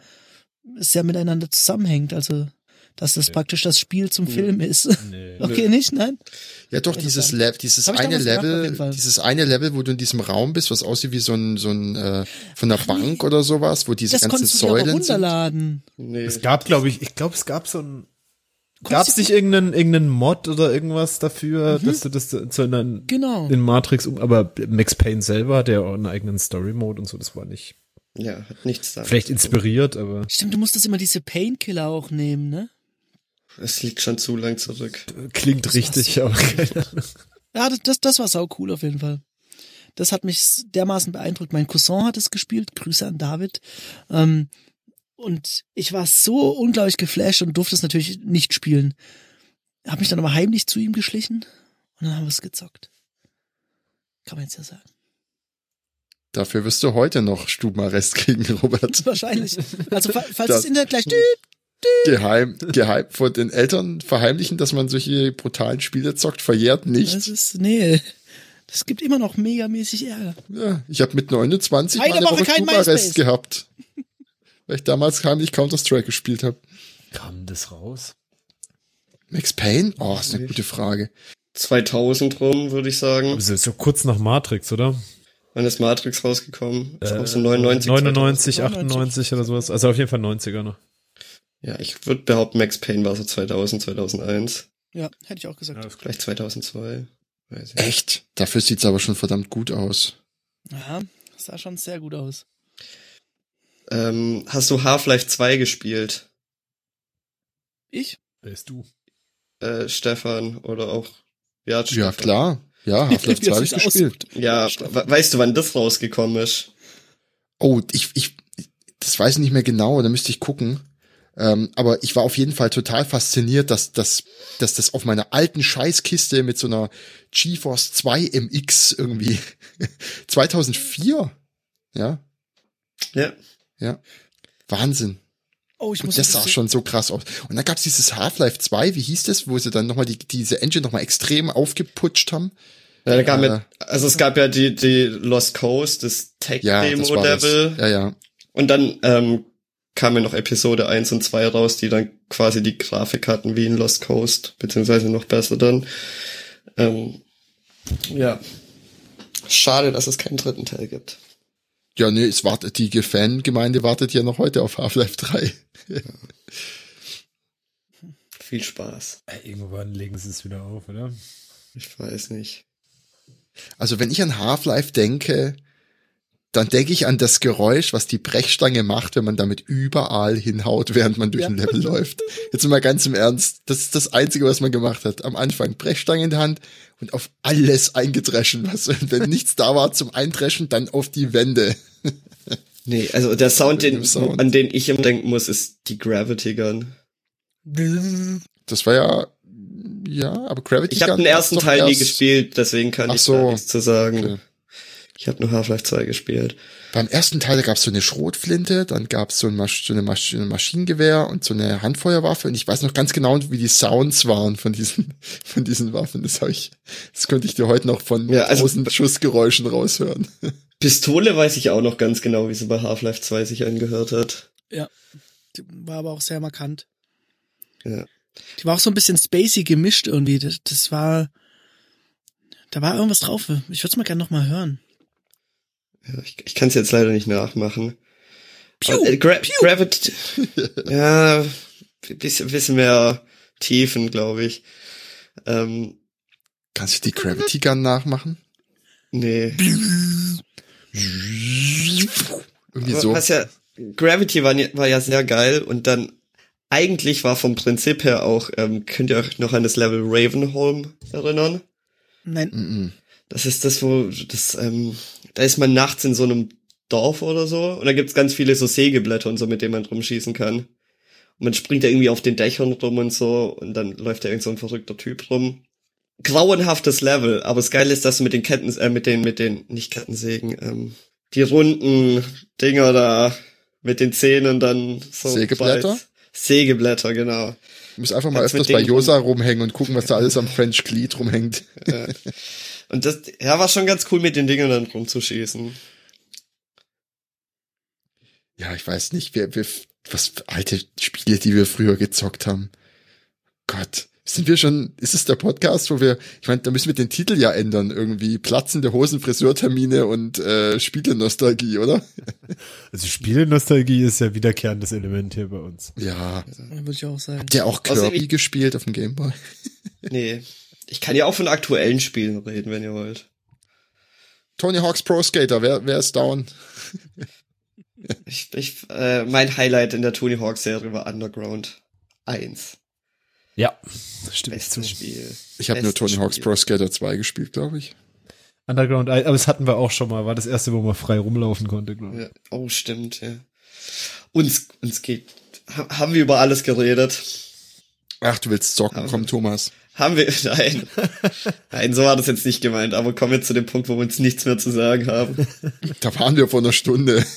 sehr miteinander zusammenhängt. Also, dass das Nee. praktisch das Spiel zum Film ist. Nee. Okay, nicht? Nein? Ja, doch, dieses Level, dieses Hab ich eine damals gemacht, auf jeden Level, Fall. dieses eine Level, wo du in diesem Raum bist, was aussieht wie so ein, so ein, äh, von der Bank oder sowas, wo diese das ganzen konntest du dir aber Säulen sind. runterladen. Nee. Es gab, glaube ich, ich glaube, es gab so ein. Gab Konntest es du- Mhm. nicht irgendeinen, irgendeinen Mod oder irgendwas dafür, dass du das zu zu einer Genau. in Matrix um. Aber Max Payne selber hat ja auch einen eigenen Story-Mode und so, das war nicht. Ja, hat nichts da. Vielleicht inspiriert, aber. Stimmt, du musstest immer diese Painkiller auch nehmen, ne? Es liegt schon zu lang zurück. Klingt richtig, aber keine Ahnung. Ja, das, das, das war sau cool auf jeden Fall. Das hat mich dermaßen beeindruckt. Mein Cousin hat es gespielt. Grüße an David. Ähm, und ich war so unglaublich geflasht und durfte es natürlich nicht spielen. Hab mich dann aber heimlich zu ihm geschlichen und dann haben wir es gezockt. Kann man jetzt ja sagen. Dafür wirst du heute noch Stubenarrest kriegen, Robert. Wahrscheinlich. Also, fa- falls das, Das- Internet gleich Geheim, geheim vor den Eltern verheimlichen, dass man solche brutalen Spiele zockt, verjährt Das nicht. ist, nee. Das gibt immer noch megamäßig Ärger. Ja, ich habe mit 29 mal Eine eine Woche Woche kein MySpace. Stubenarrest gehabt. Weil ich damals heimlich Counter-Strike gespielt habe. Kam das raus? Max Payne? Oh, ist eine gute Frage. 2000 rum, würde ich sagen. Also so kurz nach Matrix, oder? Wann ist Matrix rausgekommen? Ist auch so Äh, 99. 99, 98 98 oder sowas. Also auf jeden Fall 90er noch. Ja, ich würde behaupten, Max Payne war so 2000, 2001, Ja, hätte ich auch gesagt. vielleicht 2002. Weiß ich. nicht. Echt? Dafür sieht's aber schon verdammt gut aus. Ja, sah schon sehr gut aus. Ähm, hast du Half-Life 2 gespielt, Ich? Wer ist du? äh, Stefan? Oder auch, ja, Stefan. Ja, klar. Ja, Half-Life Wie er 2 habe ich sich's gespielt. aussucht. Ja, we- weißt du, wann das rausgekommen ist? Oh, ich, ich, das weiß ich nicht mehr genau, da müsste ich gucken. Ähm, aber ich war auf jeden Fall total fasziniert, dass, dass, dass das auf meiner alten Scheißkiste mit so einer GeForce 2 MX irgendwie 2004, ja, Ja. ja, Wahnsinn. Oh, ich muss Und das sah so- schon so krass aus. Und dann gab's dieses Half-Life 2, wie hieß das, wo sie dann nochmal die, diese Engine nochmal extrem aufgeputscht haben? ja da gab Äh. ja, also es gab ja die, die Lost Coast, das Ja, das war das. Tech-Demo-Level. Ja, ja. Und dann ähm, kamen noch Episode 1 und 2 raus, die dann quasi die Grafik hatten wie in Lost Coast, beziehungsweise noch besser dann. Ähm, ja. Schade, dass es keinen dritten Teil gibt. Ja, nee, es wartet, die Ge- Fangemeinde wartet ja noch heute auf Half-Life 3. Viel Spaß. Irgendwann legen sie es wieder auf, oder? Ich weiß nicht. Also wenn ich an Half-Life denke, dann denke ich an das Geräusch, was die Brechstange macht, wenn man damit überall hinhaut, während man durch Ja. ein Level läuft. Jetzt mal ganz im Ernst, das ist das Einzige, was man gemacht hat. Am Anfang Brechstange in der Hand und auf alles eingedreschen. Was, und wenn nichts da war zum Eindreschen, dann auf die Wände. Nee, also der Sound, Mit den, dem Sound. an den ich immer denken muss, ist die Gravity Gun. Das war ja, ja, aber Gravity Ich habe Gun den gab's ersten doch Teil nie erst- gespielt, deswegen kann Ach ich so. da nichts zu sagen. Okay. Ich habe nur Half-Life 2 gespielt. Beim ersten Teil, da gab's so eine Schrotflinte, dann gab's so, ein Masch so eine Masch ein Maschinengewehr und so eine Handfeuerwaffe. Und ich weiß noch ganz genau, wie die Sounds waren von diesen, von diesen Waffen. Das, hab ich, das könnte ich dir heute noch von Ja, also- tausend Schussgeräuschen raushören. Pistole weiß ich auch noch ganz genau, wie sie bei Half-Life 2 sich angehört hat. Die War aber auch sehr markant. Ja. Die war auch so ein bisschen spacey gemischt irgendwie. Das, das war. Da war irgendwas drauf. Ich würde es mal gerne nochmal hören. Ja, ich ich kann es jetzt leider nicht nachmachen. Piu, Aber, äh, Gra Gravity. ja, bisschen, bisschen mehr Tiefen, glaube ich. Ähm, Kannst du die Gravity Gun nachmachen? nee. Irgendwie Aber so. Was ja, Gravity war, ja- war ja sehr geil und dann eigentlich war vom Prinzip her auch, ähm, könnt ihr euch noch an das Level Ravenholm erinnern? Nein, Mhm. Das ist das, wo das, ähm, da ist man nachts in so einem Dorf oder so und da gibt's ganz viele so Sägeblätter und so, mit denen man rumschießen kann. Und man springt da irgendwie auf den Dächern rum und so und dann läuft da irgend so ein verrückter Typ rum. Grauenhaftes Level, aber das Geile ist, dass du mit den Ketten, äh, mit den, mit den, nicht Kettensägen, ähm, die runden Dinger da mit den Zähnen dann so. Sägeblätter? Beißt. Sägeblätter, genau. Ich muss einfach mal Kannst öfters mit bei denen Yosa rumhängen und gucken, was da alles am French Glied rumhängt. Und das, ja, war schon ganz cool, mit den Dingern dann rumzuschießen. Ja, ich weiß nicht, wir, wir, was für alte Spiele, die wir früher gezockt haben. Gott, sind wir schon, ist es der Podcast, wo wir, ich meine, da müssen wir den Titel ja ändern, irgendwie platzende Hosen, Friseurtermine und äh, Spielenostalgie, oder? Also Spielenostalgie ist ja wiederkehrendes Element hier bei uns. Ja. würde ich auch sagen. Habt ihr auch Außerdem Kirby Also ich- gespielt auf dem Gameboy? Nee. Ich kann ja auch von aktuellen Spielen reden, wenn ihr wollt. Tony Hawk's Pro Skater, wer, wer ist down? Ich, ich, äh, mein Highlight in der Tony Hawk Serie war Underground 1. Ja, stimmt. Bestes Spiel. Ich habe nur Bestes Tony Hawk's Spiel. Pro Skater 2 gespielt, glaube ich. Underground, Eye, aber das hatten wir auch schon mal. War das erste, wo man frei rumlaufen konnte, glaube ich. Ja. Oh, stimmt, ja. Uns, uns geht. ha- Haben wir über alles geredet? Ach, du willst Also zocken, komm Thomas. Haben wir. Nein. Nein, so war das jetzt nicht gemeint, aber kommen wir zu dem Punkt, wo wir uns nichts mehr zu sagen haben. Da waren wir vor einer Stunde.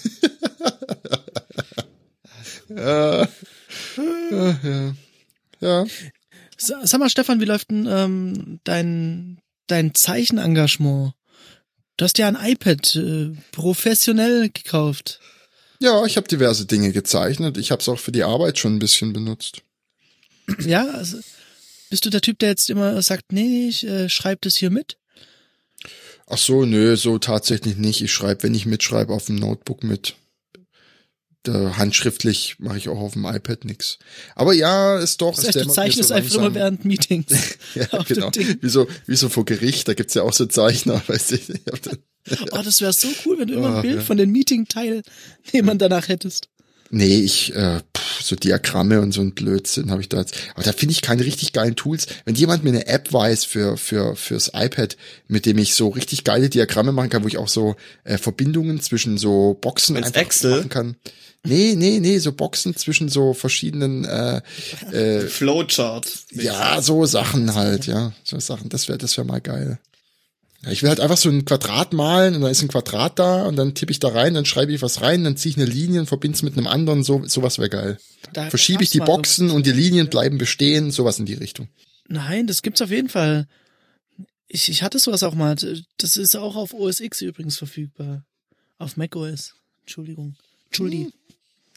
ja. Ja, ja. ja. Sa- Sag mal, Stefan, wie läuft denn ähm, dein, dein Zeichenengagement? Du hast ja ein iPad äh, professionell gekauft. Ja, ich habe diverse Dinge gezeichnet. Ich habe es auch für die Arbeit schon ein bisschen benutzt. Ja, also, bist du der Typ, der jetzt immer sagt, nee, nee, ich äh, schreibe das hier mit? Ach so, nö, so tatsächlich nicht. Ich schreibe, wenn ich mitschreibe, auf dem Notebook mit. Da, handschriftlich mache ich auch auf dem iPad nix. Aber ja, ist doch. Das es heißt, du dämmert mir zeichnest so einfach langsam. immer während Meetings. Ja, auf dem genau. Ding. Wie so, wie so vor Gericht, da gibt's ja auch so Zeichner, weißt du. Ich hab da- Oh, das wäre so cool, wenn du immer Ah, ein Bild ja. von den Meeting-Teilnehmern danach hättest. Nee, ich, äh, pff, so Diagramme und so ein Blödsinn habe ich da jetzt. Aber da finde ich keine richtig geilen Tools. Wenn jemand mir eine App weiß für für fürs iPad, mit dem ich so richtig geile Diagramme machen kann, wo ich auch so äh, Verbindungen zwischen so Boxen Wenn's Excel? machen kann. Nee, nee, nee, so Boxen zwischen so verschiedenen äh, äh, Flowchart. ja, so Sachen halt, ja, so Sachen, das wäre das wäre mal geil. Ja, ich will halt einfach so ein Quadrat malen und dann ist ein Quadrat da und dann tippe ich da rein, dann schreibe ich was rein, dann ziehe ich eine Linie und verbinde es mit einem anderen, so sowas wäre geil. Da Verschiebe ich die gab's mal Boxen und die Linien bleiben bestehen, sowas in die Richtung. Nein, das gibt's auf jeden Fall. Ich, ich hatte sowas auch mal. Das ist auch auf OS X übrigens verfügbar. Auf macOS. Entschuldigung. Hm. Entschuldi.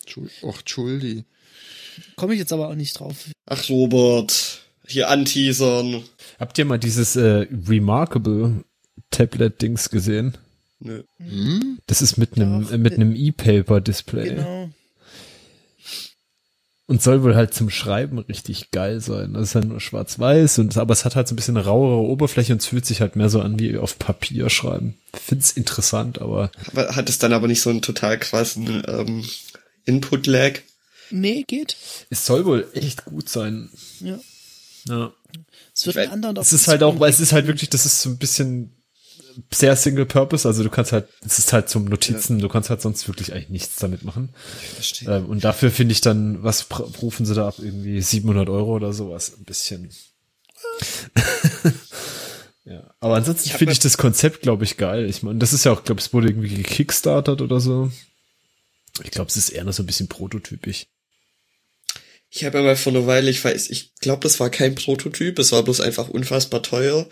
Entschuld- Och, Entschuldi. Komme ich jetzt aber auch nicht drauf. Ach, Robert. Hier anteasern. Habt ihr mal dieses äh, Remarkable Tablet-Dings gesehen? Nö. Hm? Das ist mit einem Doch, äh, mit einem E-Paper-Display Genau. und soll wohl halt zum Schreiben richtig geil sein. Das ist halt nur schwarz-weiß und aber es hat halt so ein bisschen rauere Oberfläche und es fühlt sich halt mehr so an wie auf Papier schreiben. Find's interessant, aber Aber Hat es dann aber nicht so einen total krassen ähm, Input-Lag? Nee, geht. es soll wohl echt gut sein. Ja. Ja. Es wird Weil einen anderen Es ist halt auch, weil es ist halt wirklich, das ist so ein bisschen sehr Single Purpose, also du kannst halt, es ist halt zum Notizen, du kannst halt sonst wirklich eigentlich nichts damit machen. Verstehe. Ähm, und dafür finde ich dann, was pr- rufen sie da ab? Irgendwie 700 Euro oder sowas. Ein bisschen. ja. Aber ansonsten finde ich das Konzept, glaube ich, geil. Ich meine, das ist ja auch, glaube es wurde irgendwie gekickstartet oder so. Ich glaube, es ist eher noch so ein bisschen prototypisch. Ich habe einmal vor einer Weile, ich weiß, ich glaube, das war kein Prototyp, es war bloß einfach unfassbar teuer.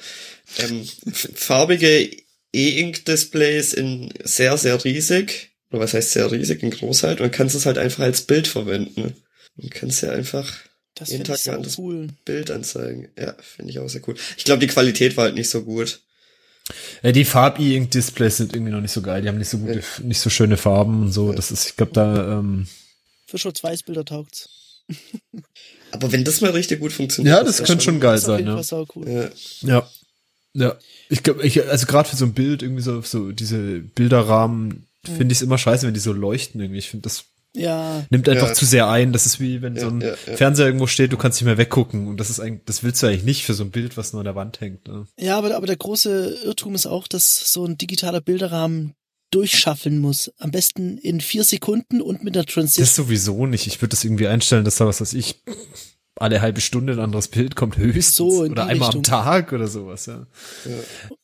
Ähm, f- farbige E-Ink-Displays in sehr, sehr riesig. Oder was heißt sehr riesig? In groß halt. Und kannst es halt einfach als Bild verwenden. Und kannst ja einfach das jeden finde ich Tag ein sau anderes cool. Bild anzeigen. Ja, finde ich auch sehr cool. Ich glaube, die Qualität war halt nicht so gut. Ja, Äh, die Farb-E-Ink-Displays sind irgendwie noch nicht so geil. Die haben nicht so gute, nicht so schöne Farben und so. Das ist, ich glaube, da, ähm, Für Schwarz-Weiß-Bilder taugt's. Aber wenn das mal richtig gut funktioniert. ja, das wär könnte schon geil Das ist auf sein, ne? jeden Fall ja. sau cool. Ja. Ja. Ja. Ich glaube, ich, also gerade für so ein Bild, irgendwie so, so diese Bilderrahmen, finde ich es immer scheiße, wenn die so leuchten irgendwie. Ich finde, das Ja. nimmt einfach Ja. zu sehr ein. Das ist wie, wenn so ein ja, ja. Fernseher irgendwo steht, du kannst nicht mehr weggucken. Und das ist eigentlich, das willst du eigentlich nicht für so ein Bild, was nur an der Wand hängt. Ne? Ja, aber, aber der große Irrtum ist auch, dass so ein digitaler Bilderrahmen durchschaffeln muss. Am besten in vier Sekunden und mit einer Transition. Das sowieso nicht. Ich würde das irgendwie einstellen, dass da was weiß ich, alle halbe Stunde ein anderes Bild kommt, höchstens. So, in oder die einmal am Richtung. Tag oder sowas, ja.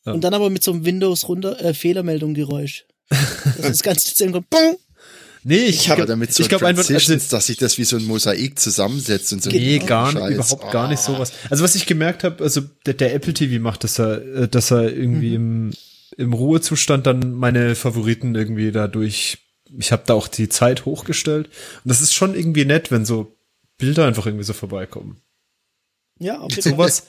Ja. Und dann aber mit so einem Windows runter äh, Fehlermeldung Geräusch. Das ist ganz dezent kommt. Bong! Nee, ich, Ich habe damit so ich glaube einfach, also, Transitions, dass sich das wie so ein Mosaik zusammensetzt und so. Nee, Oh, gar nicht, Scheiß. überhaupt gar nicht Ah. sowas. Also was ich gemerkt habe, also der, der Apple TV macht, dass er, äh, dass er irgendwie Mhm. im, im Ruhezustand dann meine Favoriten irgendwie dadurch. Ich habe da auch die Zeit hochgestellt. Und das ist schon irgendwie nett, wenn so Bilder einfach irgendwie so vorbeikommen. Ja, auf jeden Fall. Sowas.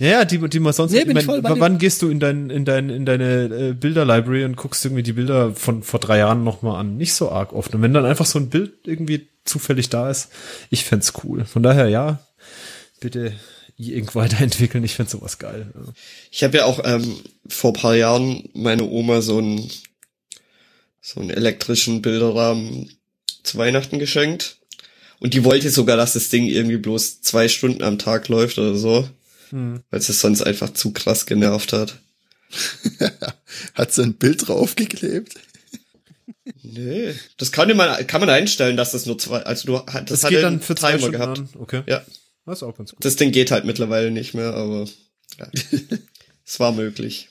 Ja, ja, die, die man sonst. Nee, ich bin ich voll bei dir. wann gehst du in dein, in dein, in deine äh, Bilderlibrary und guckst irgendwie die Bilder von vor drei Jahren nochmal an? Nicht so arg oft. Und wenn dann einfach so ein Bild irgendwie zufällig da ist, ich fänd's cool. Von daher, ja, bitte E-Ink weiterentwickeln. Ich find sowas geil. Ja. Ich habe ja auch ähm, vor paar Jahren meine Oma so einen so einen elektrischen Bilderrahmen zu Weihnachten geschenkt. Und die wollte sogar, dass das Ding irgendwie bloß zwei Stunden am Tag läuft oder so, Hm. weil sie es sonst einfach zu krass genervt hat. Hat so ein Bild draufgeklebt. Nee. Das kann man, kann man einstellen, dass das nur zwei, also du hat- Das, hat geht einen dann für zwei Timer Stunden gehabt. an. Okay. Ja. Das ist auch ganz gut. Das Ding geht halt mittlerweile nicht mehr, aber ja. es war möglich.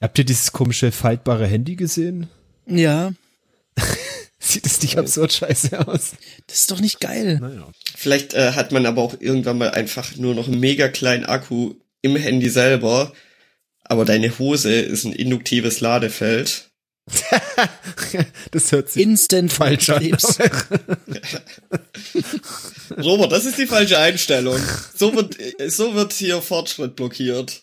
Habt ihr dieses komische faltbare Handy gesehen? Ja, Sieht es nicht absurd scheiße aus? das ist doch nicht geil. Naja. Vielleicht äh, hat man aber auch irgendwann mal einfach nur noch einen mega kleinen Akku im Handy selber, aber deine Hose ist ein induktives Ladefeld. das hört sich Instant falsch an. Krebs. Robert, das ist die falsche Einstellung. So wird, äh, so wird hier Fortschritt blockiert.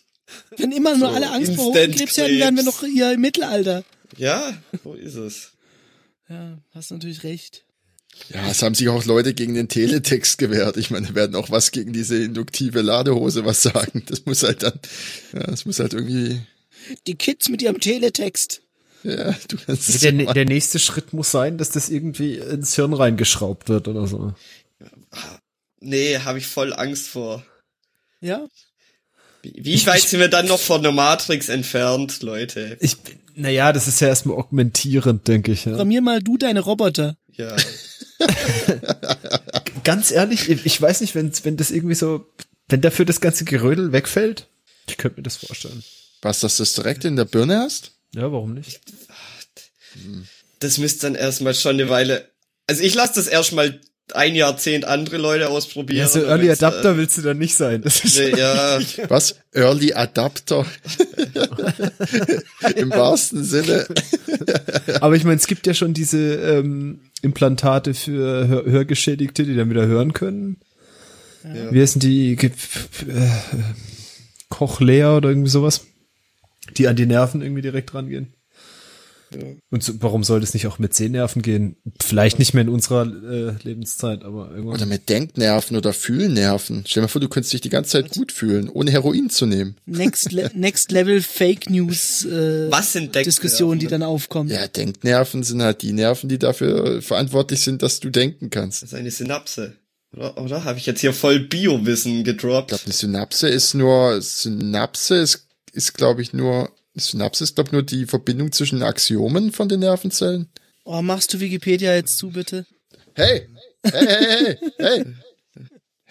Wenn immer nur alle Angst vor Instant Hodenkrebs hätten, wären wir Krebs. noch hier im Mittelalter. Ja, so ist es. Ja, hast natürlich recht. Ja, es haben sich auch Leute gegen den Teletext gewehrt. Ich meine, werden auch was gegen diese induktive Ladehose was sagen. Das muss halt dann, ja, das muss halt irgendwie, Die Kids mit ihrem Teletext. Ja, du kannst es Der, ne, ne- machen. der nächste Schritt muss sein, dass das irgendwie ins Hirn reingeschraubt wird oder so. Nee, habe ich voll Angst vor. Ja? Wie, wie weit sind wir dann noch von der Matrix entfernt, Leute? Ich, naja, das ist ja erstmal augmentierend, denke ich. Ja. Programmier mal du deine Roboter. Ja. Ganz ehrlich, ich weiß nicht, wenn, wenn das irgendwie so, wenn dafür das ganze Gerödel wegfällt, ich könnte mir das vorstellen. Was, dass du es direkt in der Birne hast? Ja, warum nicht? Das müsste dann erstmal schon eine Weile. Also ich lasse das erstmal ein Jahrzehnt andere Leute ausprobieren. Ja, äh, so Und Early wenn's Adapter willst du dann nicht sein. Das ist Dann, nee, ja. Was? Early Adapter. Im wahrsten Sinne. Aber ich meine, es gibt ja schon diese ähm, Implantate für Hör Hörgeschädigte, die dann wieder hören können. Ja. Wie heißen die? Ge- f- äh, Cochlea oder irgendwie sowas? Die an die Nerven irgendwie direkt rangehen. Und so, warum soll das nicht auch mit Sehnerven gehen? Vielleicht nicht mehr in unserer äh, Lebenszeit, aber Oder irgendwann. mit Denknerven oder Fühlnerven. Stell dir mal vor, du könntest dich die ganze Zeit gut fühlen, ohne Heroin zu nehmen. Next, Le Next Level Fake News äh, Was sind Decknerven? Diskussion, also die dann aufkommt. Ja, Denknerven sind halt die Nerven, die dafür äh, verantwortlich sind, dass du denken kannst. Das ist eine Synapse. Oder, oder? Habe ich jetzt hier voll Bio-Wissen gedroppt? Ich glaube, eine Synapse ist nur, Synapse ist, ist glaube ich, nur, Synapse ist, glaube ich, nur die Verbindung zwischen Axiomen von den Nervenzellen. Oh, machst du Wikipedia jetzt zu, bitte? Hey, hey, hey, hey, hey.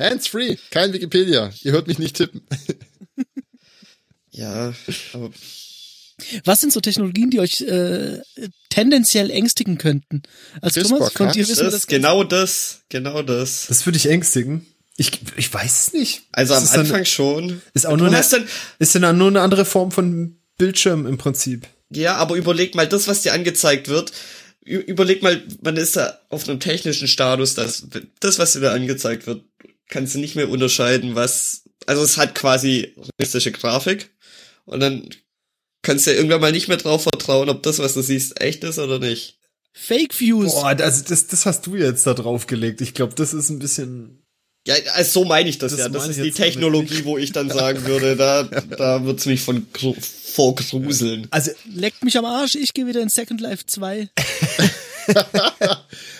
Hands free, kein Wikipedia. Ihr hört mich nicht tippen. Ja, aber Was sind so Technologien, die euch äh, tendenziell ängstigen könnten? Als CRISPR, Thomas, von dir Cas, wissen wir das, das genau das, genau das. Das würde ich ängstigen. Ich, ich weiß es nicht. Also Das am ist dann- Anfang schon. Ist auch Du nur eine, hast dann- ist dann nur eine andere Form von Bildschirm im Prinzip. Ja, aber überleg mal das, was dir angezeigt wird. Ü- Überleg mal, man ist da auf einem technischen Status, dass das, was dir da angezeigt wird, kannst du nicht mehr unterscheiden, was. Also es hat quasi realistische Grafik. Und dann kannst du ja irgendwann mal nicht mehr drauf vertrauen, ob das, was du siehst, echt ist oder nicht. Fake Views. Boah, also das, das hast du jetzt da drauf gelegt. Ich glaube, das ist ein bisschen. Ja, also so meine ich das, Das ja. Das meine ist ich die jetzt damit Technologie, wo ich dann sagen würde, da, da wird's mich von gru- vorgruseln. Also, Leckt mich am Arsch, ich gehe wieder in Second Life 2.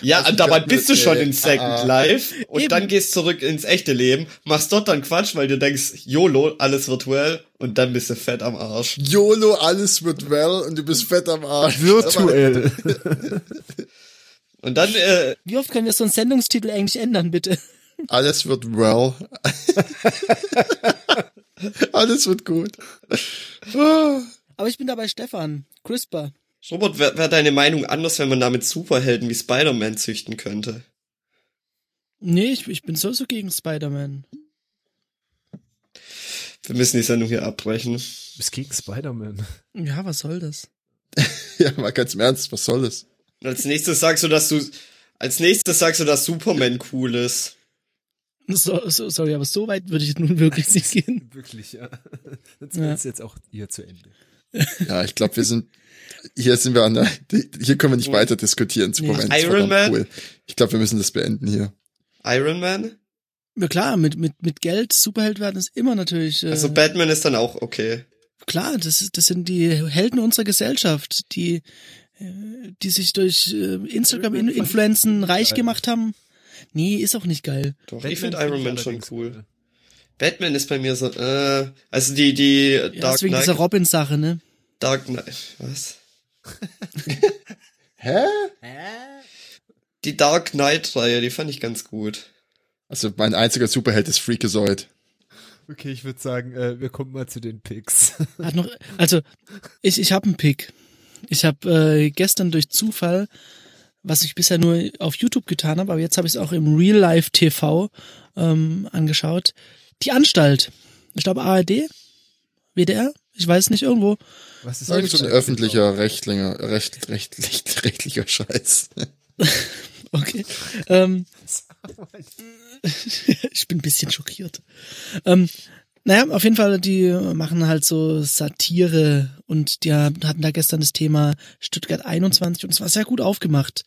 Ja, und dabei bist du schon äh, in Second Life und Eben. dann gehst zurück ins echte Leben, machst dort dann Quatsch, weil du denkst, YOLO, alles virtuell und dann bist du fett am Arsch. YOLO, alles wird well und du bist fett am Arsch. virtuell. Und dann, äh, Wie oft können wir so einen Sendungstitel eigentlich ändern, bitte? Alles wird well. alles wird gut. Aber ich bin dabei Stefan. CRISPR. Robert, wäre wär deine Meinung anders, wenn man damit Superhelden wie Spider-Man züchten könnte? Nee, ich, ich bin sowieso gegen Spider-Man. Wir müssen die Sendung hier abbrechen. Es gegen Spider-Man. Ja, was soll das? Ja, mal ganz im Ernst, was soll das? Und als nächstes sagst du, dass du, als nächstes sagst du, dass Superman cool ist. So, so, sorry, aber so weit würde ich nun wirklich nicht gehen. Wirklich, ja. Das Ja. ist jetzt auch hier zu Ende. Ja, ich glaube, wir sind, hier sind wir an der, hier können wir nicht weiter diskutieren. Superman Nee. ist Iron verdammt Man? cool. Ich glaube, wir müssen das beenden hier. Iron Man? Ja klar, mit, mit, mit Geld Superheld werden ist immer natürlich. Äh, Also Batman ist dann auch okay. klar, das, ist- das sind die Helden unserer Gesellschaft, die, äh, die sich durch äh, Instagram-Influenzen reich gemacht haben. Nee, ist auch nicht geil. Doch, ich finde Iron Man schon cool. Batman ist bei mir so, äh, also die, die Ja, Dark deswegen Knight. diese Robin-Sache, ne? Dark Knight. Was? Hä? Die Dark Knight-Reihe, die fand ich ganz gut. Also mein einziger Superheld ist Freakazoid. Okay, ich würde sagen, äh, wir kommen mal zu den Picks. Hat noch, also, ich, ich habe einen Pick. Ich habe äh, gestern durch Zufall, was ich bisher nur auf YouTube getan habe, aber jetzt habe ich es auch im Real Life TV ähm, angeschaut. Die Anstalt. Ich glaube ARD, WDR, ich weiß nicht, irgendwo. Was ist Irgend so ein öffentlicher Rechtlinger, recht, recht, recht, rechtlicher Scheiß. Okay. ähm, ich bin ein bisschen schockiert. Ähm, naja, auf jeden Fall, die machen halt so Satire und die haben- hatten da gestern das Thema Stuttgart 21 und es war sehr gut aufgemacht.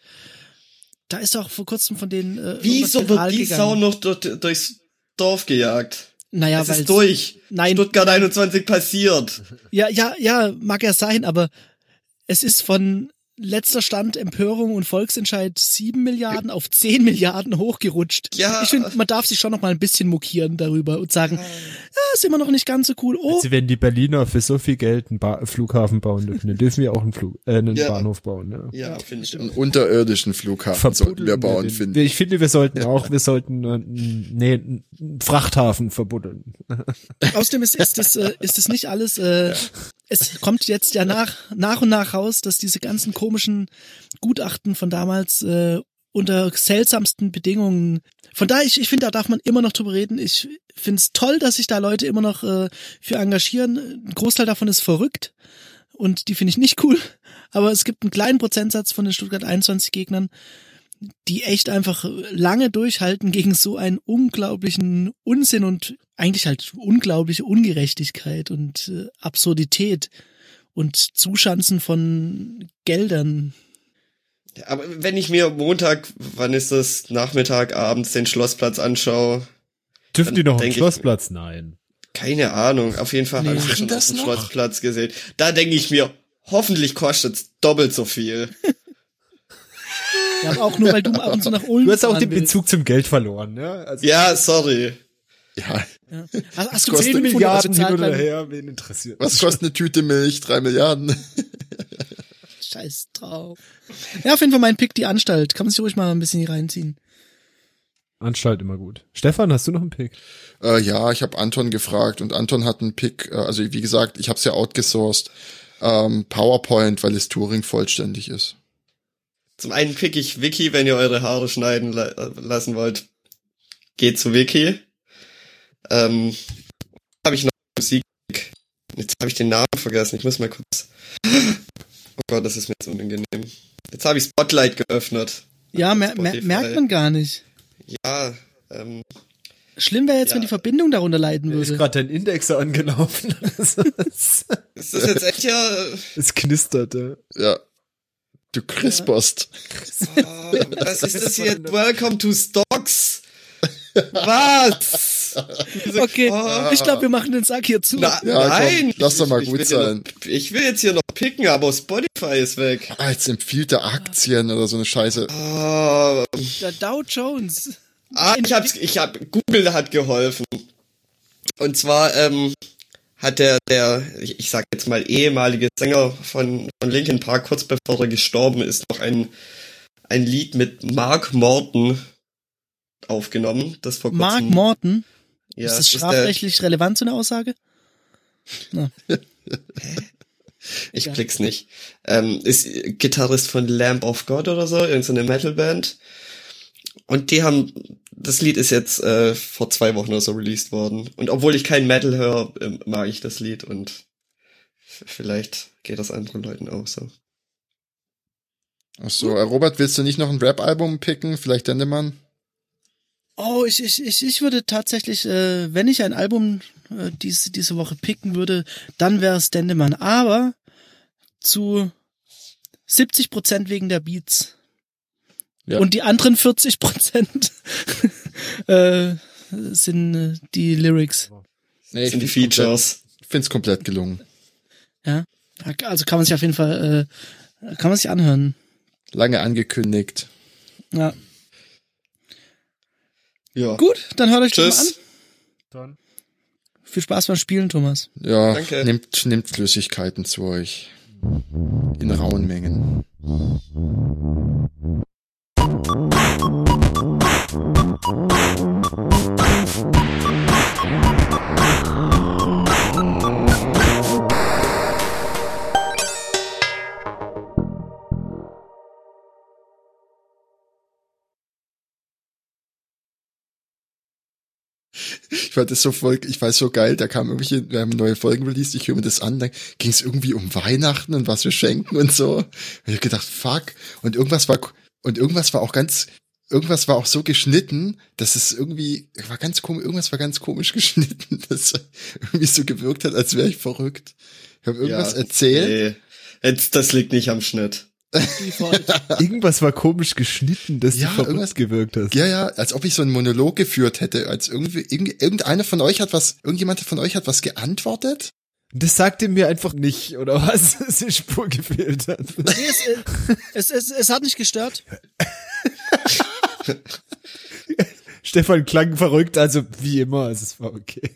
Da ist auch vor kurzem von denen. Äh, irgendwas Wieso wird viral die gegangen. Sau noch durch, durchs Dorf gejagt? Naja, es weil's- ist durch. Nein. Stuttgart 21 passiert. Ja, ja, ja, mag ja sein, aber es ist von letzter Stand Empörung und Volksentscheid 7 Milliarden auf 10 Milliarden hochgerutscht. Ja. Ich finde, man darf sich schon noch mal ein bisschen mokieren darüber und sagen, ja, ist immer noch nicht ganz so cool. Oh, Sie werden die Berliner für so viel Geld einen ba Flughafen bauen dürfen. Dann dürfen wir auch einen, Flug äh, einen Ja. Bahnhof bauen. Ja. Ja, finde ich Einen auch. unterirdischen Flughafen sollten wir Verbuddeln bauen, den. finde ich. Ich finde, wir sollten auch, wir sollten äh, n- nee, einen Frachthafen verbuddeln. Außerdem ist, ist, das, äh, ist das nicht alles. Äh, Es kommt jetzt ja nach, nach und nach raus, dass diese ganzen komischen Gutachten von damals äh, unter seltsamsten Bedingungen. Von daher, ich, ich finde, da darf man immer noch drüber reden. Ich finde es toll, dass sich da Leute immer noch äh, für engagieren. Ein Großteil davon ist verrückt und die finde ich nicht cool. Aber es gibt einen kleinen Prozentsatz von den Stuttgart 21 Gegnern, die echt einfach lange durchhalten gegen so einen unglaublichen Unsinn und eigentlich halt unglaubliche Ungerechtigkeit und äh, Absurdität und Zuschanzen von Geldern. Aber wenn ich mir Montag, wann ist das, Nachmittag, abends den Schlossplatz anschaue, Dann Dürfen die noch am denk ich- Schlossplatz? Nein. keine Ahnung, auf jeden Fall Nee. habe ich Machen das schon das auf dem noch? Schlossplatz gesehen. Da denke ich mir, hoffentlich kostet's doppelt so viel. Ja, aber auch nur, weil du ab und zu nach Ulm Du hast auch fahren den willst. Bezug zum Geld verloren, ja? Also Ja, sorry. Ja. Ja. Hast, hast du Also Kostet 10 Milliarden Milliarden hin bezahlt oder beim her, wen interessiert Was kostet eine Tüte Milch? Drei Milliarden. Scheiß drauf. Ja, auf jeden Fall mein Pick, die Anstalt. Kann man sich ruhig mal ein bisschen hier reinziehen. Anstalt immer gut. Stefan, hast du noch einen Pick? Äh, ja, ich habe Anton gefragt und Anton hat einen Pick. Äh, also wie gesagt, ich habe es ja outgesourced. Ähm, PowerPoint, weil es Turing vollständig ist. Zum einen pick ich Wiki, wenn ihr eure Haare schneiden la lassen wollt. Geht zu Wiki. Ähm, habe ich noch Musik. Jetzt habe ich den Namen vergessen. Ich muss mal kurz. Oh Gott, das ist mir jetzt unangenehm. Jetzt habe ich Spotlight geöffnet. Ja, mer mer Spotify. merkt man gar nicht. Ja, ähm, Schlimm wäre jetzt, Ja. wenn die Verbindung darunter leiden Ist würde. gerade dein Indexer angelaufen. ist das jetzt echt ja. es knisterte. Ja. Du crisperst. Oh, was ist das hier? Welcome to Stocks. Was? Diese- Okay, Oh. ich glaube, wir machen den Sack hier zu. Na, Ja, komm, nein! lass doch mal Ich gut will hier sein. Noch, ich will jetzt hier noch picken, aber Spotify ist weg. Ah, jetzt empfiehlt er Aktien oder so eine Scheiße. Ah, Der Dow Jones. ah, ich hab's, ich hab, Google hat geholfen. Und zwar, ähm, hat der, der, ich ich sag jetzt mal ehemalige Sänger von, von Linkin Park, kurz bevor er gestorben ist, noch ein, ein Lied mit Mark Morton aufgenommen, das vor kurzem. Mark Morton. ja, Oh ist das das der- strafrechtlich relevant, so eine Aussage? Ich Ja. blick's nicht. Ähm, ist Gitarrist von Lamb of God oder so, irgendeine Metalband. Und die haben, das Lied ist jetzt äh, vor zwei Wochen oder so released worden. Und obwohl ich kein Metal höre, ähm, mag ich das Lied und f- vielleicht geht das anderen Leuten auch so. Ach so, äh, Robert, willst du nicht noch ein Rap-Album picken? Vielleicht Dendemann? Oh, ich, ich, ich, ich würde tatsächlich, äh, wenn ich ein Album äh, diese, diese Woche picken würde, dann wäre es Dendemann. Aber zu 70 Prozent wegen der Beats. Ja. Und die anderen 40 Prozent äh, sind äh, die Lyrics. Nee, Das sind die Features. Komplett, find's komplett gelungen. Also kann man sich auf jeden Fall, äh, kann man sich anhören. Lange angekündigt. Ja. Ja. Gut, dann hört euch das mal Tschüss. an. Viel Spaß beim Spielen, Thomas. Ja, Danke. nehmt, nehmt Flüssigkeiten zu euch. In rauen Mengen. Ich fand das so voll, ich weiß so geil, da kamen irgendwelche, wir haben neue Folgen released, ich höre mir das an, dann ging es irgendwie um Weihnachten und was wir schenken und so. Und ich hab gedacht, fuck. Und irgendwas war, und irgendwas war auch ganz, irgendwas war auch so geschnitten, dass es irgendwie, war ganz komisch, irgendwas war ganz komisch geschnitten, dass irgendwie so gewirkt hat, als wäre ich verrückt. Ich habe irgendwas Ja, erzählt. Nee. Jetzt, das liegt nicht am Schnitt. Irgendwas war komisch geschnitten, dass Ja, du verrückt irgendwas- gewirkt hast. Ja, ja, als ob ich so einen Monolog geführt hätte, als irgendwie, irgend- irgendeiner von euch hat was, irgendjemand von euch hat was geantwortet Das sagte mir einfach nicht, oder was? Dass die Spur gefehlt hat. Nee, es, äh, es, es, es hat nicht gestört. Stefan klang verrückt, also wie immer, also es war okay.